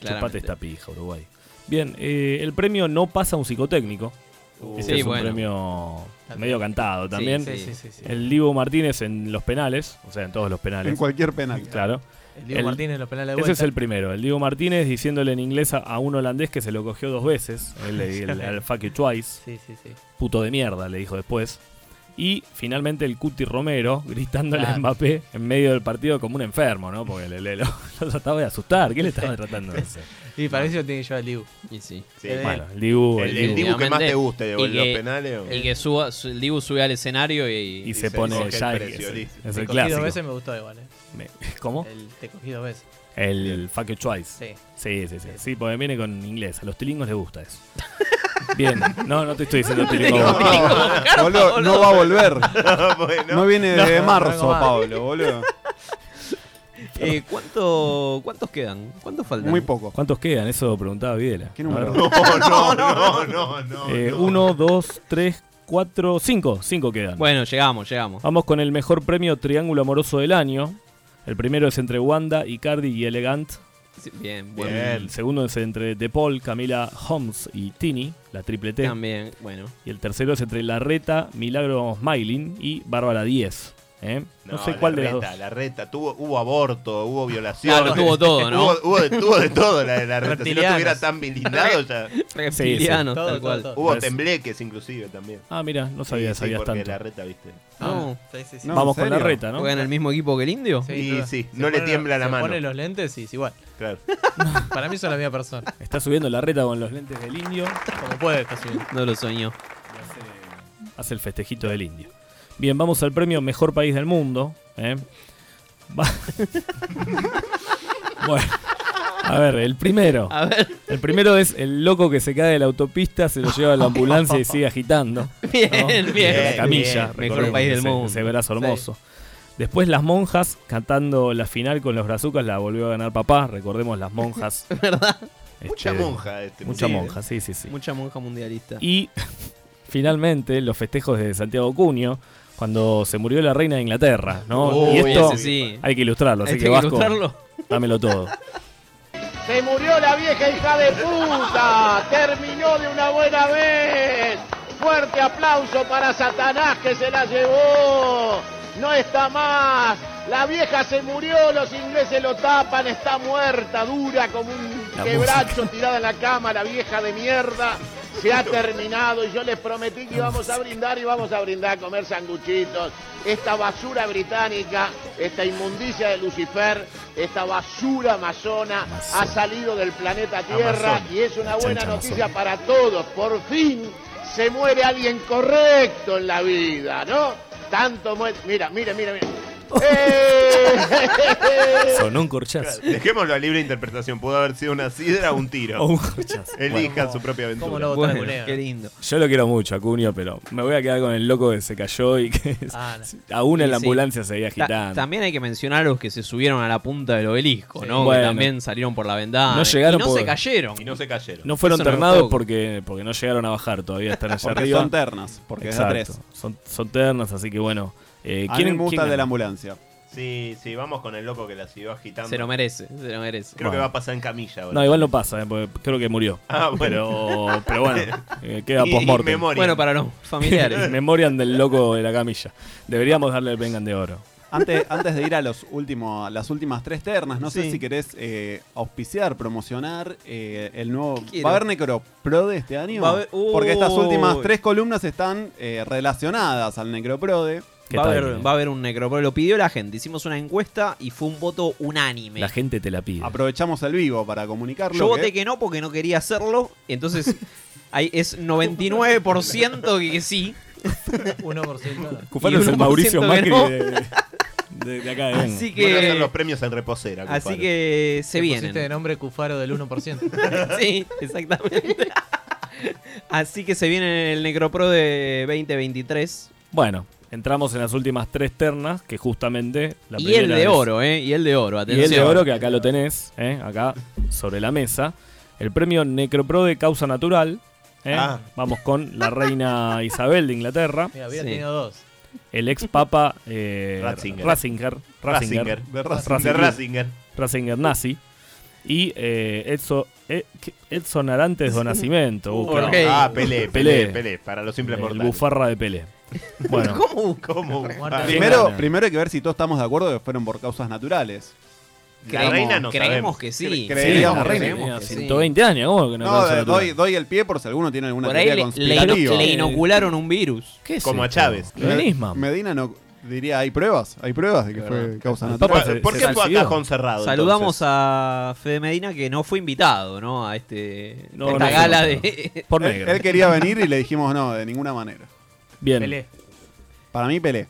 Speaker 10: Chupate esta pija, Uruguay. Bien, eh, el premio no pasa a un psicotécnico.
Speaker 6: Uh,
Speaker 10: Ese
Speaker 8: Sí,
Speaker 10: es un
Speaker 8: bueno.
Speaker 10: premio medio cantado
Speaker 8: Sí,
Speaker 10: también.
Speaker 8: sí, sí, sí, sí.
Speaker 10: El Dibu Martínez en los penales, o sea, en todos los penales.
Speaker 9: En cualquier penal.
Speaker 10: Claro.
Speaker 6: El Dibu Martínez en los penales de
Speaker 10: Ese
Speaker 6: vuelta.
Speaker 10: es el primero. El Dibu Martínez diciéndole en inglés a, a un holandés que se lo cogió dos veces.
Speaker 6: *laughs*
Speaker 10: El, el- el- el fuck you twice.
Speaker 6: Sí, sí, sí.
Speaker 10: Puto de mierda, le dijo después. Y finalmente el Cuti Romero *laughs* gritándole a
Speaker 6: Claro.
Speaker 10: Mbappé en medio del partido como un enfermo, ¿no? Porque le, le- lo, *laughs* lo trataba de asustar. ¿Qué le
Speaker 6: *laughs*
Speaker 10: estaba tratando de hacer?
Speaker 6: Y para eso lo tiene que llevar el Dibu.
Speaker 8: Y sí.
Speaker 11: Sí,
Speaker 6: Eh,
Speaker 10: bueno, el Dibu,
Speaker 11: El-
Speaker 10: el
Speaker 11: el
Speaker 10: Dibu.
Speaker 11: Dibu que más te
Speaker 8: Obviamente.
Speaker 11: guste, de
Speaker 8: Y
Speaker 11: los
Speaker 8: que-
Speaker 11: penales. o-
Speaker 8: Y que suba, su- el Dibu sube al escenario y,
Speaker 10: Y se pone
Speaker 8: dice que
Speaker 10: ya,
Speaker 8: el
Speaker 10: que
Speaker 8: precio,
Speaker 10: es el-
Speaker 8: listo.
Speaker 10: es el
Speaker 6: Te cogí dos
Speaker 10: clásico.
Speaker 6: veces me gustó igual, eh.
Speaker 10: Me- *laughs* ¿Cómo?
Speaker 6: El te cogí dos veces.
Speaker 10: El, fuck you twice.
Speaker 6: Sí.
Speaker 10: Sí, sí, sí. Sí, porque viene con inglés. A los tilingos les gusta eso. Bien. No, no te estoy diciendo tilingo.
Speaker 9: No, boludo, no va a volver.
Speaker 10: *laughs*
Speaker 11: No, bueno.
Speaker 9: No viene
Speaker 10: No,
Speaker 9: de
Speaker 10: no
Speaker 9: marzo,
Speaker 10: vengo más.
Speaker 9: Pablo, boludo.
Speaker 8: *laughs* Eh, ¿cuánto, ¿Cuántos quedan? ¿Cuántos faltan?
Speaker 9: Muy poco.
Speaker 10: ¿Cuántos quedan? Eso preguntaba Videla. ¿Qué
Speaker 8: *laughs*
Speaker 9: número? *laughs*
Speaker 11: No, no, no, no.
Speaker 10: Eh, Uno, dos, tres, cuatro, cinco. Cinco quedan.
Speaker 8: Bueno, llegamos, llegamos.
Speaker 10: Vamos con el mejor premio Triángulo Amoroso del año. El primero es entre Wanda, Icardi y Elegant.
Speaker 8: Sí, Bien, bueno.
Speaker 10: El segundo es entre De Paul, Camila Holmes y Tini, la triple T.
Speaker 8: También, bueno.
Speaker 10: Y el tercero es entre Larreta, Milagro Smiling y Bárbara 10. ¿eh? No, sé
Speaker 11: la
Speaker 10: cuál de las
Speaker 11: reta,
Speaker 10: dos.
Speaker 11: La reta, tuvo, hubo aborto, hubo violación.
Speaker 10: Claro, tuvo todo,
Speaker 11: *laughs*
Speaker 10: ¿no?
Speaker 11: hubo, hubo de, tuvo de todo la de la reta. Si no
Speaker 10: Reptilianos.
Speaker 11: estuviera tan blindado ya.
Speaker 10: Reptilianos, Sí, sí. tal Todo, cual. todo, todo.
Speaker 11: Hubo
Speaker 10: Parece-
Speaker 11: tembleques inclusive también.
Speaker 10: Ah, mira, no sabía,
Speaker 11: sí,
Speaker 10: sabías
Speaker 11: porque
Speaker 10: tanto.
Speaker 11: la reta, viste.
Speaker 8: Ah, No.
Speaker 10: No, Vamos ¿en con la serio? reta, ¿no?
Speaker 8: ¿Juegan el mismo equipo que el indio?
Speaker 6: Sí,
Speaker 11: Y
Speaker 6: todo.
Speaker 11: sí,
Speaker 6: Se
Speaker 11: no le
Speaker 6: pone-
Speaker 11: tiembla la
Speaker 6: se
Speaker 11: mano.
Speaker 6: pone los lentes y es igual. *laughs*
Speaker 11: Claro.
Speaker 6: Para mí son la misma persona.
Speaker 10: Está subiendo la reta con los lentes del indio.
Speaker 6: Como puede, está subiendo.
Speaker 8: No lo soñó.
Speaker 10: Hace el festejito del indio. Bien, vamos al premio Mejor País del Mundo. ¿eh? Va- *laughs* bueno. A ver, el primero.
Speaker 8: A ver.
Speaker 10: El primero es el loco que se cae de la autopista, se lo lleva a la ambulancia y sigue agitando.
Speaker 8: Bien, bien.
Speaker 10: La camilla.
Speaker 8: Bien,
Speaker 10: recorriendo
Speaker 8: mejor país del
Speaker 10: ese-
Speaker 8: mundo.
Speaker 10: Ese brazo hermoso. Después las monjas cantando la final con los brazucas la volvió a ganar papá. Recordemos las
Speaker 8: *laughs*
Speaker 10: monjas.
Speaker 8: ¿Verdad?
Speaker 10: Este, Mucha
Speaker 8: ¿eh?
Speaker 10: monja, sí, sí, sí.
Speaker 8: Mucha monja mundialista.
Speaker 10: Y finalmente los festejos de Santiago Cuño cuando se murió la reina de Inglaterra, ¿no?
Speaker 8: Oh,
Speaker 10: y esto
Speaker 8: ese sí.
Speaker 10: hay que ilustrarlo, así
Speaker 8: Hay
Speaker 10: que,
Speaker 8: que
Speaker 10: Vasco,
Speaker 8: ilustrarlo.
Speaker 10: dámelo
Speaker 8: *laughs*
Speaker 10: todo.
Speaker 1: Se murió la vieja hija de puta. Terminó de una buena vez. Fuerte aplauso para Satanás que se la llevó. No está más. La vieja se murió, los ingleses lo tapan, está muerta, dura como un
Speaker 10: La
Speaker 1: quebracho tirada en la cama, la vieja de mierda. Se ha terminado y yo les prometí que íbamos a brindar y vamos a brindar a comer sanguchitos. Esta basura británica, esta inmundicia de Lucifer, esta basura amazona ha salido del planeta Tierra
Speaker 22: Amazona.
Speaker 1: y es una
Speaker 22: La
Speaker 1: buena
Speaker 22: chancha
Speaker 1: noticia para todos. Por fin se muere alguien correcto en la vida, ¿no? Tanto muere. Mira, mira, mira, mira.
Speaker 10: Sonó un corchazo.
Speaker 11: Dejémoslo a libre interpretación. Pudo haber sido una sidra o un tiro.
Speaker 10: *laughs* O un corchazo.
Speaker 11: Elija su propia aventura.
Speaker 4: ¿Cómo no votar Bueno, Cuneo? qué
Speaker 8: lindo.
Speaker 10: Yo lo quiero mucho, Acuña, pero me voy a quedar con el loco que se cayó y que
Speaker 8: Ah,
Speaker 10: aún en
Speaker 8: Y
Speaker 10: la
Speaker 8: sí.
Speaker 10: ambulancia seguía
Speaker 8: Ta-
Speaker 10: agitando.
Speaker 8: también hay que mencionar a los que se subieron a la punta del obelisco, ¿no?
Speaker 10: Bueno.
Speaker 8: Que también salieron por la ventana.
Speaker 10: No llegaron
Speaker 8: y no
Speaker 10: por-
Speaker 8: se cayeron.
Speaker 11: Y no se cayeron.
Speaker 10: No fueron
Speaker 8: Eso no es
Speaker 10: ternados
Speaker 8: poco.
Speaker 10: porque, porque no llegaron a bajar, todavía están allá
Speaker 9: Porque
Speaker 10: arriba.
Speaker 9: son ternas, porque es de tres.
Speaker 10: Son, son ternas, así que bueno. Eh,
Speaker 9: A mí
Speaker 10: ¿quién,
Speaker 9: me gusta
Speaker 10: quién
Speaker 9: el de la
Speaker 10: gana?
Speaker 9: ambulancia.
Speaker 11: Sí, sí, vamos con el loco que la siguió agitando.
Speaker 8: Se lo merece, se lo merece.
Speaker 11: Creo que
Speaker 10: Bueno.
Speaker 11: va a pasar en camilla ahora.
Speaker 10: No, igual no pasa, eh, porque creo que murió.
Speaker 11: Ah, bueno.
Speaker 10: Pero,
Speaker 11: *laughs*
Speaker 10: pero bueno, eh, queda
Speaker 11: Y- y
Speaker 10: post-mortem.
Speaker 11: memoriam. Bueno,
Speaker 8: para
Speaker 10: *laughs*
Speaker 8: los familiares.
Speaker 10: Memorian del loco de la camilla. Deberíamos darle el vengan de oro.
Speaker 9: Antes, antes de ir a los últimos, las últimas tres ternas, no
Speaker 10: Sí.
Speaker 9: sé si querés eh, auspiciar, promocionar eh, el nuevo.
Speaker 10: quiero?
Speaker 9: ¿Va a haber Necropro de este año?
Speaker 10: Va a haber-
Speaker 9: Porque estas
Speaker 8: Uy.
Speaker 9: últimas tres columnas están eh, relacionadas al Necroprode.
Speaker 8: Va a, haber, va a haber un necropro. Lo pidió la gente. Hicimos una encuesta y fue un voto unánime.
Speaker 10: La gente te la pide.
Speaker 9: Aprovechamos el vivo para ¿eh? comunicarlo.
Speaker 8: Yo
Speaker 9: que-
Speaker 8: voté que no porque no quería hacerlo.
Speaker 9: *laughs*
Speaker 8: Entonces, ahí es 99% que, que
Speaker 4: *laughs*
Speaker 8: sí.
Speaker 4: 1%.
Speaker 10: Cufaro es el
Speaker 8: 1%
Speaker 10: Mauricio
Speaker 8: que
Speaker 10: Macri
Speaker 8: no.
Speaker 10: de, de- de acá ¿eh? de Vengan.
Speaker 8: Así
Speaker 11: Van a
Speaker 8: que.
Speaker 11: hacer los premios en reposera.
Speaker 8: Así que se
Speaker 4: Te
Speaker 8: vienen.
Speaker 4: pusiste de nombre Cufaro del
Speaker 8: *laughs*
Speaker 4: 1%.
Speaker 8: sí, exactamente. Así que se viene el Necropro de 2023.
Speaker 10: Bueno, entramos en las últimas tres ternas, que justamente la
Speaker 8: Y
Speaker 10: primera
Speaker 8: el de
Speaker 10: es-
Speaker 8: oro, ¿eh? Y el de oro,
Speaker 10: Y el de
Speaker 8: atención.
Speaker 10: oro que acá lo tenés, ¿eh? acá sobre la mesa. El premio Necropro de Causa Natural. ¿eh?
Speaker 4: Ah.
Speaker 10: Vamos con
Speaker 11: *laughs*
Speaker 10: la reina Isabel de Inglaterra.
Speaker 4: Mira, hubiera
Speaker 10: Sí.
Speaker 4: tenido dos.
Speaker 10: El ex papa eh,
Speaker 11: Ratzinger.
Speaker 10: Ratzinger. Ratzinger.
Speaker 11: Ratzinger. De Ratzinger. De Ratzinger.
Speaker 10: Ratzinger nazi. Y eh, Edson, eh, ¿qué? Edson
Speaker 11: *laughs*
Speaker 10: Arantes do Nascimento.
Speaker 11: Uh,
Speaker 10: busca.
Speaker 11: ok. Ah, Pelé, Pelé, Pelé, para los simples
Speaker 10: El
Speaker 11: mortales.
Speaker 10: bufarra
Speaker 11: *laughs*
Speaker 10: de Pelé. Bueno.
Speaker 8: ¿Cómo?
Speaker 11: ¿Cómo?
Speaker 9: Primero,
Speaker 10: gana?
Speaker 9: primero hay que ver si todos estamos de acuerdo que fueron por causas naturales.
Speaker 8: Creemos- reina no creemos sabemos. que sí. Sí,
Speaker 9: Cre- creíamos
Speaker 8: la
Speaker 9: que
Speaker 8: reina.
Speaker 9: sí.
Speaker 8: Creemos que sí.
Speaker 10: 120 años, ¿cómo que no
Speaker 9: No,
Speaker 10: causa
Speaker 9: eh,
Speaker 10: natural?
Speaker 9: doy, doy el pie por si alguno tiene alguna
Speaker 8: Por ahí
Speaker 9: teoría
Speaker 8: le, le
Speaker 9: conspirativa.
Speaker 8: ino- le inocularon un virus.
Speaker 10: ¿Qué
Speaker 11: Como a Chávez.
Speaker 9: Eh, Me-
Speaker 10: Misma.
Speaker 9: Medina no diría, hay pruebas, hay pruebas de que fue causa
Speaker 8: El
Speaker 9: natural.
Speaker 8: Papa se- se suicidó. Saludamos a Fede Medina que no fue invitado, ¿no? A este
Speaker 10: No,
Speaker 8: a esta
Speaker 10: no,
Speaker 8: gala
Speaker 10: no.
Speaker 8: de
Speaker 10: Por
Speaker 9: él,
Speaker 10: negro.
Speaker 9: él quería venir y le dijimos no, de ninguna manera.
Speaker 10: Bien.
Speaker 4: Pelé.
Speaker 9: Para mí Pelé.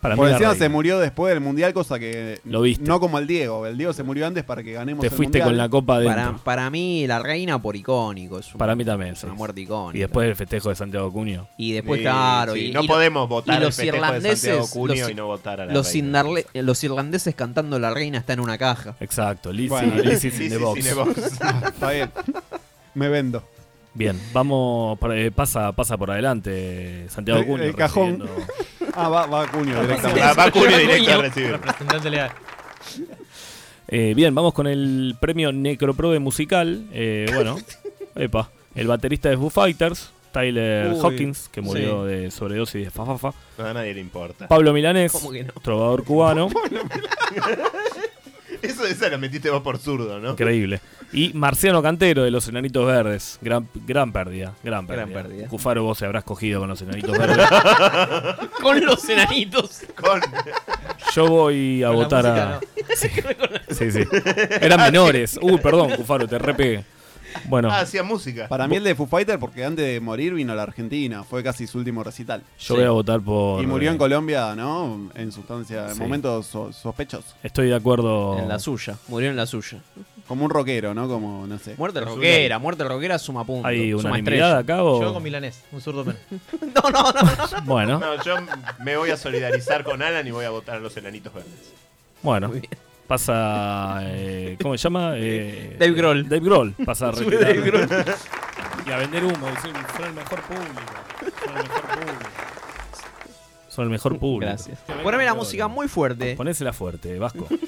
Speaker 10: Para mí
Speaker 9: Por
Speaker 10: la
Speaker 9: encima
Speaker 10: reina.
Speaker 9: se murió después del Mundial, cosa que
Speaker 10: Lo viste.
Speaker 9: no como el Diego. El Diego se murió antes para que ganemos el Mundial.
Speaker 8: Para, para mí la reina por icónico, es un-
Speaker 10: Para mí también.
Speaker 8: es una
Speaker 10: sí.
Speaker 8: muerte icónica.
Speaker 10: Y después el festejo de Santiago Cuño.
Speaker 8: Y después,
Speaker 11: Sí,
Speaker 8: claro.
Speaker 11: sí,
Speaker 8: y,
Speaker 11: no
Speaker 8: y lo-
Speaker 11: podemos votar
Speaker 8: y
Speaker 11: el
Speaker 8: los
Speaker 11: festejo de
Speaker 8: irlandeses,
Speaker 11: Santiago Cuneo
Speaker 8: los,
Speaker 11: y no votar a la
Speaker 8: los,
Speaker 11: reina.
Speaker 8: irle- los irlandeses cantando La Reina está en una caja.
Speaker 10: Exacto, Lizzy,
Speaker 9: Bueno,
Speaker 10: Lizzy in
Speaker 9: Lizzy
Speaker 10: the box.
Speaker 9: in
Speaker 10: *laughs*
Speaker 9: the box. Está bien. Me vendo.
Speaker 10: Bien, vamos, para- eh, pasa, pasa por adelante Santiago
Speaker 9: El,
Speaker 10: Cuño.
Speaker 9: el cajón.
Speaker 10: recibiendo-
Speaker 9: Ah, va, va Cunio directamente.
Speaker 11: Va- va Cunio directo a recibir.
Speaker 4: Representante legal.
Speaker 10: Eh, bien, vamos con el premio Necroprode Musical. Eh,
Speaker 9: *laughs*
Speaker 10: bueno, epa, el baterista de Foo Fighters, Tyler
Speaker 11: Uy,
Speaker 10: Hawkins, que murió
Speaker 11: sí.
Speaker 10: de sobredosis de fafafa.
Speaker 11: No, a nadie le importa.
Speaker 10: *laughs* Pablo Milanés,
Speaker 11: ¿Cómo que no? *laughs*
Speaker 10: trovador cubano.
Speaker 11: Eso, esa la metiste vos por zurdo, ¿no?
Speaker 10: Increíble. Y Marciano Cantero de los Enanitos Verdes. Gran, gran pérdida. Gran pérdida.
Speaker 8: Gran pérdida.
Speaker 10: Cufaro, vos se habrás cogido con los
Speaker 8: *laughs*
Speaker 11: *laughs*
Speaker 10: Enanitos Verdes.
Speaker 8: Con los enanitos.
Speaker 11: Con...
Speaker 10: Yo voy a
Speaker 8: Con la
Speaker 10: votar
Speaker 8: música,
Speaker 11: *laughs*
Speaker 10: a.
Speaker 8: no. Ah,
Speaker 10: Sí.
Speaker 8: Con la-
Speaker 10: sí, sí.
Speaker 8: *laughs*
Speaker 10: Eran menores. Uy, perdón, Cufaro, te repegué. Bueno,
Speaker 11: Ah, hacía música.
Speaker 9: Para
Speaker 11: *laughs*
Speaker 9: mí el de Foo Fighter porque antes de morir vino a la Argentina, fue casi su último recital.
Speaker 10: yo voy a votar por.
Speaker 9: Y murió en Colombia, ¿no? En sustancia, en
Speaker 10: Sí.
Speaker 9: momentos so- sospechosos.
Speaker 10: Estoy de acuerdo.
Speaker 8: En la suya, murió en la suya.
Speaker 9: Como un rockero, ¿no? Como, no sé.
Speaker 8: Muerte rockera, muerte rockera suma punto.
Speaker 10: Hay
Speaker 8: suma estrella.
Speaker 10: unanimidad acá o-
Speaker 4: Yo con Milanés, un
Speaker 8: *laughs*
Speaker 4: zurdo menos.
Speaker 10: Bueno,
Speaker 11: No, yo me voy a solidarizar con Alan y voy a votar a los enanitos verdes.
Speaker 10: bueno. Pasa. eh, ¿Cómo se llama? Eh,
Speaker 8: Dave Grohl.
Speaker 10: Dave Grohl.
Speaker 4: *laughs*
Speaker 10: Pasa
Speaker 8: *laughs*
Speaker 10: a
Speaker 8: Sube
Speaker 10: retirar.
Speaker 8: Dave Grohl.
Speaker 10: Y a vender humo. Dicen, son el mejor público. Son el mejor público. Son el mejor público.
Speaker 8: Gracias. Poneme la música muy fuerte.
Speaker 10: Ponésela fuerte, Vasco.
Speaker 8: *laughs*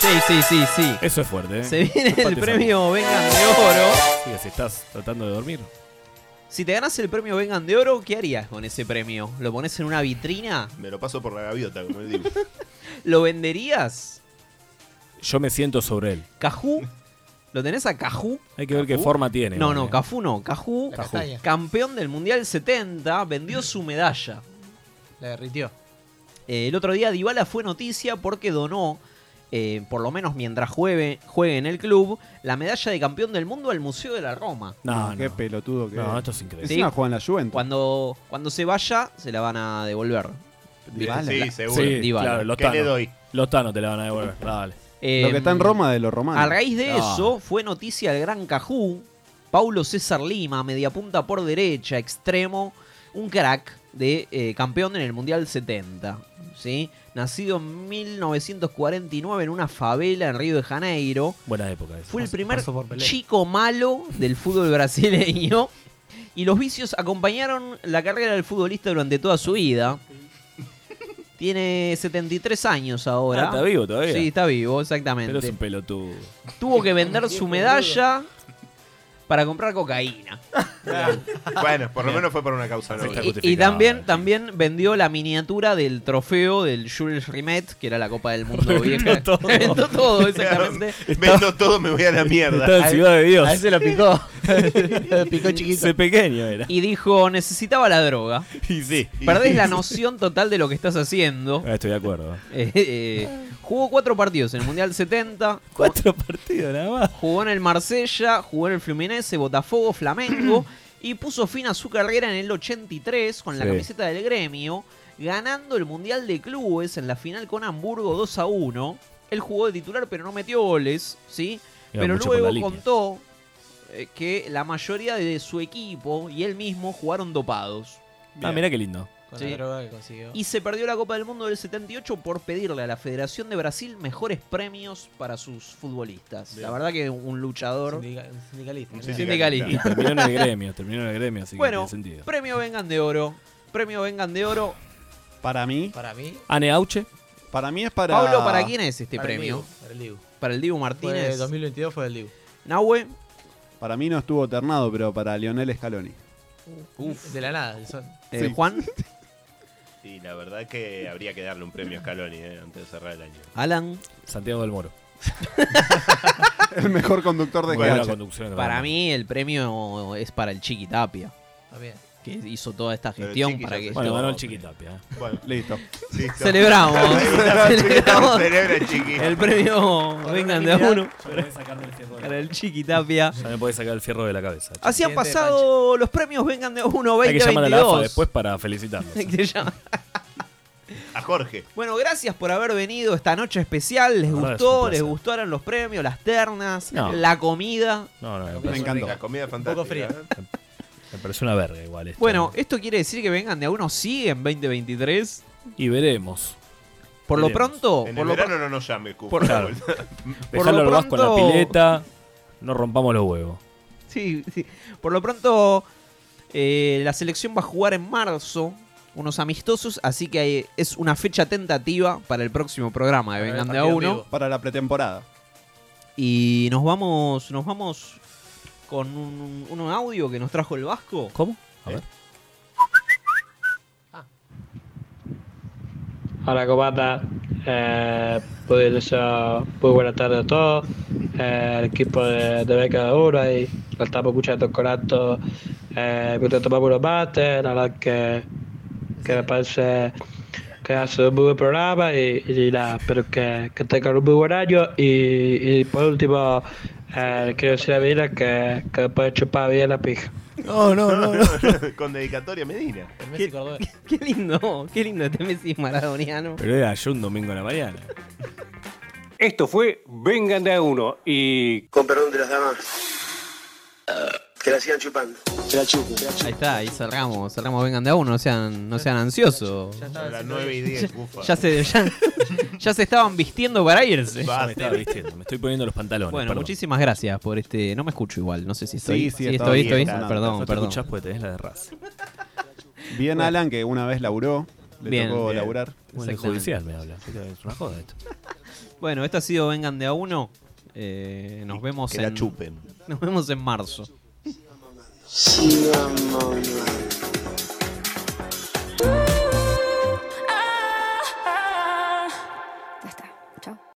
Speaker 8: Sí, sí, sí, sí.
Speaker 10: Eso es fuerte, ¿eh?
Speaker 8: Se viene el
Speaker 10: Aparte,
Speaker 8: premio
Speaker 10: salud.
Speaker 8: Vengan de Oro.
Speaker 10: Sí, si estás tratando de dormir.
Speaker 8: Si te ganas el premio Vengan de Oro, ¿qué harías con ese premio? ¿Lo pones en una vitrina?
Speaker 11: Me lo paso por la gaviota, como él digo.
Speaker 8: *laughs* ¿Lo venderías?
Speaker 10: Yo me siento sobre él.
Speaker 8: ¿Cajú? ¿Lo tenés a Cajú?
Speaker 10: Hay que ver qué forma tiene.
Speaker 8: No,
Speaker 10: igual,
Speaker 8: no,
Speaker 10: eh.
Speaker 8: Cajú no. Cajú,
Speaker 10: La Cajú. castaña.
Speaker 8: campeón del Mundial 70, vendió su medalla.
Speaker 4: La derritió.
Speaker 8: Eh, el otro día Dybala fue noticia porque donó eh, por lo menos mientras juegue, juegue en el club, la medalla de campeón del mundo al Museo de la Roma.
Speaker 9: No, qué pelotudo que
Speaker 8: No,
Speaker 9: es.
Speaker 8: esto es increíble.
Speaker 9: Encima juega en la Juventus.
Speaker 8: Cuando, cuando se vaya, se la van a devolver.
Speaker 9: Dybala. Sí, seguro.
Speaker 8: Dybala.
Speaker 10: claro, Lotano. Lotano te la van a devolver. Dale.
Speaker 8: Eh,
Speaker 9: lo
Speaker 10: Em,
Speaker 9: que está en Roma de los romanos.
Speaker 8: A raíz de
Speaker 9: No.
Speaker 10: Ah.
Speaker 8: eso, fue noticia el gran Cajú, Paulo César Lima, mediapunta por derecha, extremo, un crack de eh, campeón en el Mundial 70. ¿sí? Nacido en 1949 en una favela en Río de Janeiro.
Speaker 10: Buena época esa.
Speaker 8: Fue el
Speaker 10: Pasó-
Speaker 8: primer
Speaker 10: pasó por Pelé.
Speaker 8: chico malo del fútbol brasileño. Y los vicios acompañaron la carrera del futbolista durante toda su vida. Tiene 73 años ahora.
Speaker 10: Ah, está vivo todavía.
Speaker 8: Sí, está vivo, exactamente.
Speaker 10: Pero es un pelotudo.
Speaker 8: Tuvo que vender su medalla para comprar cocaína.
Speaker 11: Bueno, por lo menos fue por una causa noble.
Speaker 8: Y, y
Speaker 10: *laughs*
Speaker 8: también, también vendió la miniatura del trofeo del Jules Rimet, que era la Copa del
Speaker 10: *laughs*
Speaker 8: Mundo vieja. *laughs* Vendió todo, exactamente.
Speaker 11: Vendo todo, me voy a la mierda.
Speaker 10: Estaba en Ciudad de Dios.
Speaker 8: A ese lo
Speaker 11: *laughs*
Speaker 8: picó. *laughs* lo picó chiquito.
Speaker 10: Ese pequeño era.
Speaker 8: Y dijo, necesitaba la droga.
Speaker 10: Y sí.
Speaker 8: Perdés la noción total de lo que estás haciendo.
Speaker 10: Ah, Estoy de acuerdo.
Speaker 8: Eh, eh, jugó cuatro partidos en el Mundial 70.
Speaker 10: Cuatro partidos nada más.
Speaker 8: Jugó en el Marsella, jugó en el Fluminense, Botafogo, Flamengo. *clears throat* y puso fin a su carrera en el 83 con la
Speaker 10: Sí.
Speaker 8: camiseta del gremio, ganando el Mundial de Clubes en la final con Hamburgo 2 a 1. Él jugó de titular pero no metió goles, ¿sí?
Speaker 10: Iba
Speaker 8: pero
Speaker 10: mucho por la
Speaker 8: luego
Speaker 10: línea.
Speaker 8: contó eh, que la mayoría de su equipo y él mismo jugaron dopados.
Speaker 10: Ah, mirá qué lindo.
Speaker 4: Con
Speaker 8: Sí.
Speaker 4: la droga que consiguió.
Speaker 8: Y se perdió la Copa del Mundo del 78 por pedirle a la Federación de Brasil mejores premios para sus futbolistas.
Speaker 4: Bien.
Speaker 8: La verdad que un luchador.
Speaker 4: Un sindicalista.
Speaker 8: Un
Speaker 4: ¿no?
Speaker 8: sindicalista.
Speaker 10: Y
Speaker 8: *laughs*
Speaker 10: terminó en el gremio, terminó en el gremio, así
Speaker 8: bueno,
Speaker 10: que tiene sentido.
Speaker 8: premio Vengan de Oro. Premio Vengan de Oro.
Speaker 9: Para mí.
Speaker 4: Para mí.
Speaker 10: Ane Auche.
Speaker 9: Para mí es para.
Speaker 8: Pablo, ¿para quién es este
Speaker 4: Para el
Speaker 8: premio?
Speaker 4: Dibu, para el Dibu.
Speaker 8: Para el Dibu
Speaker 4: Fue,
Speaker 8: Martínez.
Speaker 4: 2022 fue el Dibu.
Speaker 8: Nahue.
Speaker 9: Para mí no estuvo ternado, pero para Lionel Scaloni. *laughs*
Speaker 4: Uf. De la nada. el sol.
Speaker 11: Eh,
Speaker 8: Juan.
Speaker 11: Y la verdad que habría que darle un premio a Scaloni eh, antes de cerrar el año.
Speaker 8: Alan.
Speaker 10: Santiago
Speaker 8: *laughs*
Speaker 10: del Moro.
Speaker 9: El mejor conductor de
Speaker 10: Buena
Speaker 9: escache.
Speaker 10: conducción,
Speaker 8: Para mí el premio es para el Chiqui Tapia.
Speaker 4: Está bien.
Speaker 8: Que hizo toda esta
Speaker 11: Pero el
Speaker 8: gestión
Speaker 11: Chiqui
Speaker 8: para
Speaker 11: ya
Speaker 8: que.
Speaker 11: se-
Speaker 10: Bueno,
Speaker 8: esto-
Speaker 10: ganó el Chiquitapia. eh.
Speaker 11: Bueno,
Speaker 9: *laughs* listo.
Speaker 11: Listo. *laughs*
Speaker 8: Celebramos. *laughs* celebramos
Speaker 11: Celebra el Chiqui.
Speaker 8: el premio Vengan de a uno. Para el Chiqui Tapia.
Speaker 10: Ya me podés sacar el fierro de la cabeza. che.
Speaker 8: Así han pasado los premios Vengan de a uno
Speaker 10: Hay que llamar a la AFA
Speaker 8: 2022.
Speaker 10: después para felicitarnos.
Speaker 8: Hay *laughs* que llamar.
Speaker 11: A Jorge.
Speaker 8: Bueno, gracias por haber venido esta noche especial. ¿Les
Speaker 10: La verdad es un
Speaker 8: gustó?
Speaker 10: placer.
Speaker 8: ¿Les gustaron los premios, las ternas,
Speaker 10: No.
Speaker 8: la comida?
Speaker 10: No, no, me
Speaker 9: Me
Speaker 10: parece-
Speaker 9: encantó.
Speaker 11: La comida fantástica. Este. ¿eh?
Speaker 10: Me pareció una verga igual esto.
Speaker 8: Bueno, esto quiere decir que vengan de a uno sigue en 2023.
Speaker 10: Y veremos.
Speaker 8: Por lo
Speaker 10: Veremos.
Speaker 8: pronto,
Speaker 11: En
Speaker 8: por
Speaker 11: el
Speaker 8: lo
Speaker 11: verano
Speaker 8: pronto-
Speaker 11: no nos llame, Cucu.
Speaker 8: Por-
Speaker 10: *laughs* Claro.
Speaker 8: por
Speaker 10: Dejalo
Speaker 8: lo
Speaker 10: al Vasco en la
Speaker 8: pronto-
Speaker 10: pileta. No rompamos los huevos.
Speaker 8: sí, sí. Por lo pronto, eh, la selección va a jugar en marzo unos amistosos, así que eh, es una fecha tentativa para el próximo programa de Vengan de a uno.
Speaker 9: Para la pretemporada.
Speaker 8: Y nos vamos, nos vamos con un, un audio que nos trajo el Vasco.
Speaker 10: ¿Cómo? A ver.
Speaker 5: Ah. Hola Copata, eh, pues deseo muy buenas tardes a todos, eh, el equipo de, de Beca de Oro y lo estamos escuchando con acto, eh, mientras tomamos unos mates, la verdad que, que me parece que hace un muy buen programa y, y nada, espero que, que tengan un muy buen año y, y por último eh, quiero decir a Medina que, que me puede chupar bien la pija.
Speaker 10: No, no,
Speaker 11: *laughs*
Speaker 10: no.
Speaker 11: Con dedicatoria a Medina.
Speaker 8: Qué, *laughs* qué lindo, qué lindo este Messi maradoniano.
Speaker 10: Pero era yo un domingo en la mañana.
Speaker 5: Esto fue Vengan de a uno y...
Speaker 22: Con perdón de las damas. Que la sigan chupando. Que la chupen.
Speaker 8: Ahí está, ahí cerramos, cerramos, vengan de a uno, no sean, no sean ansiosos.
Speaker 11: A las 9 y 10, Cufa.
Speaker 8: Ya se, ya, ya se estaban vistiendo para irse.
Speaker 10: Ya me estaba vistiendo, me estoy poniendo los pantalones.
Speaker 8: Bueno,
Speaker 10: perdón.
Speaker 8: muchísimas gracias por este. No me escucho igual, no sé si
Speaker 9: Sí,
Speaker 8: estoy.
Speaker 9: sí, está
Speaker 8: estoy,
Speaker 9: bien,
Speaker 8: estoy.
Speaker 9: está-
Speaker 8: Perdón,
Speaker 10: No te
Speaker 8: perdón.
Speaker 10: escuchás porque tenés la de raza.
Speaker 9: Bien, Alan, que una vez laburó. Le
Speaker 8: Bien,
Speaker 9: tocó
Speaker 8: bien.
Speaker 9: laburar.
Speaker 10: Bueno, el judicial me habla. Es una joda esto.
Speaker 8: Bueno, esto ha sido Vengan de a uno. Eh, nos vemos
Speaker 11: que la
Speaker 8: en-
Speaker 11: chupen.
Speaker 8: Nos vemos en marzo.
Speaker 22: Sigan mamando.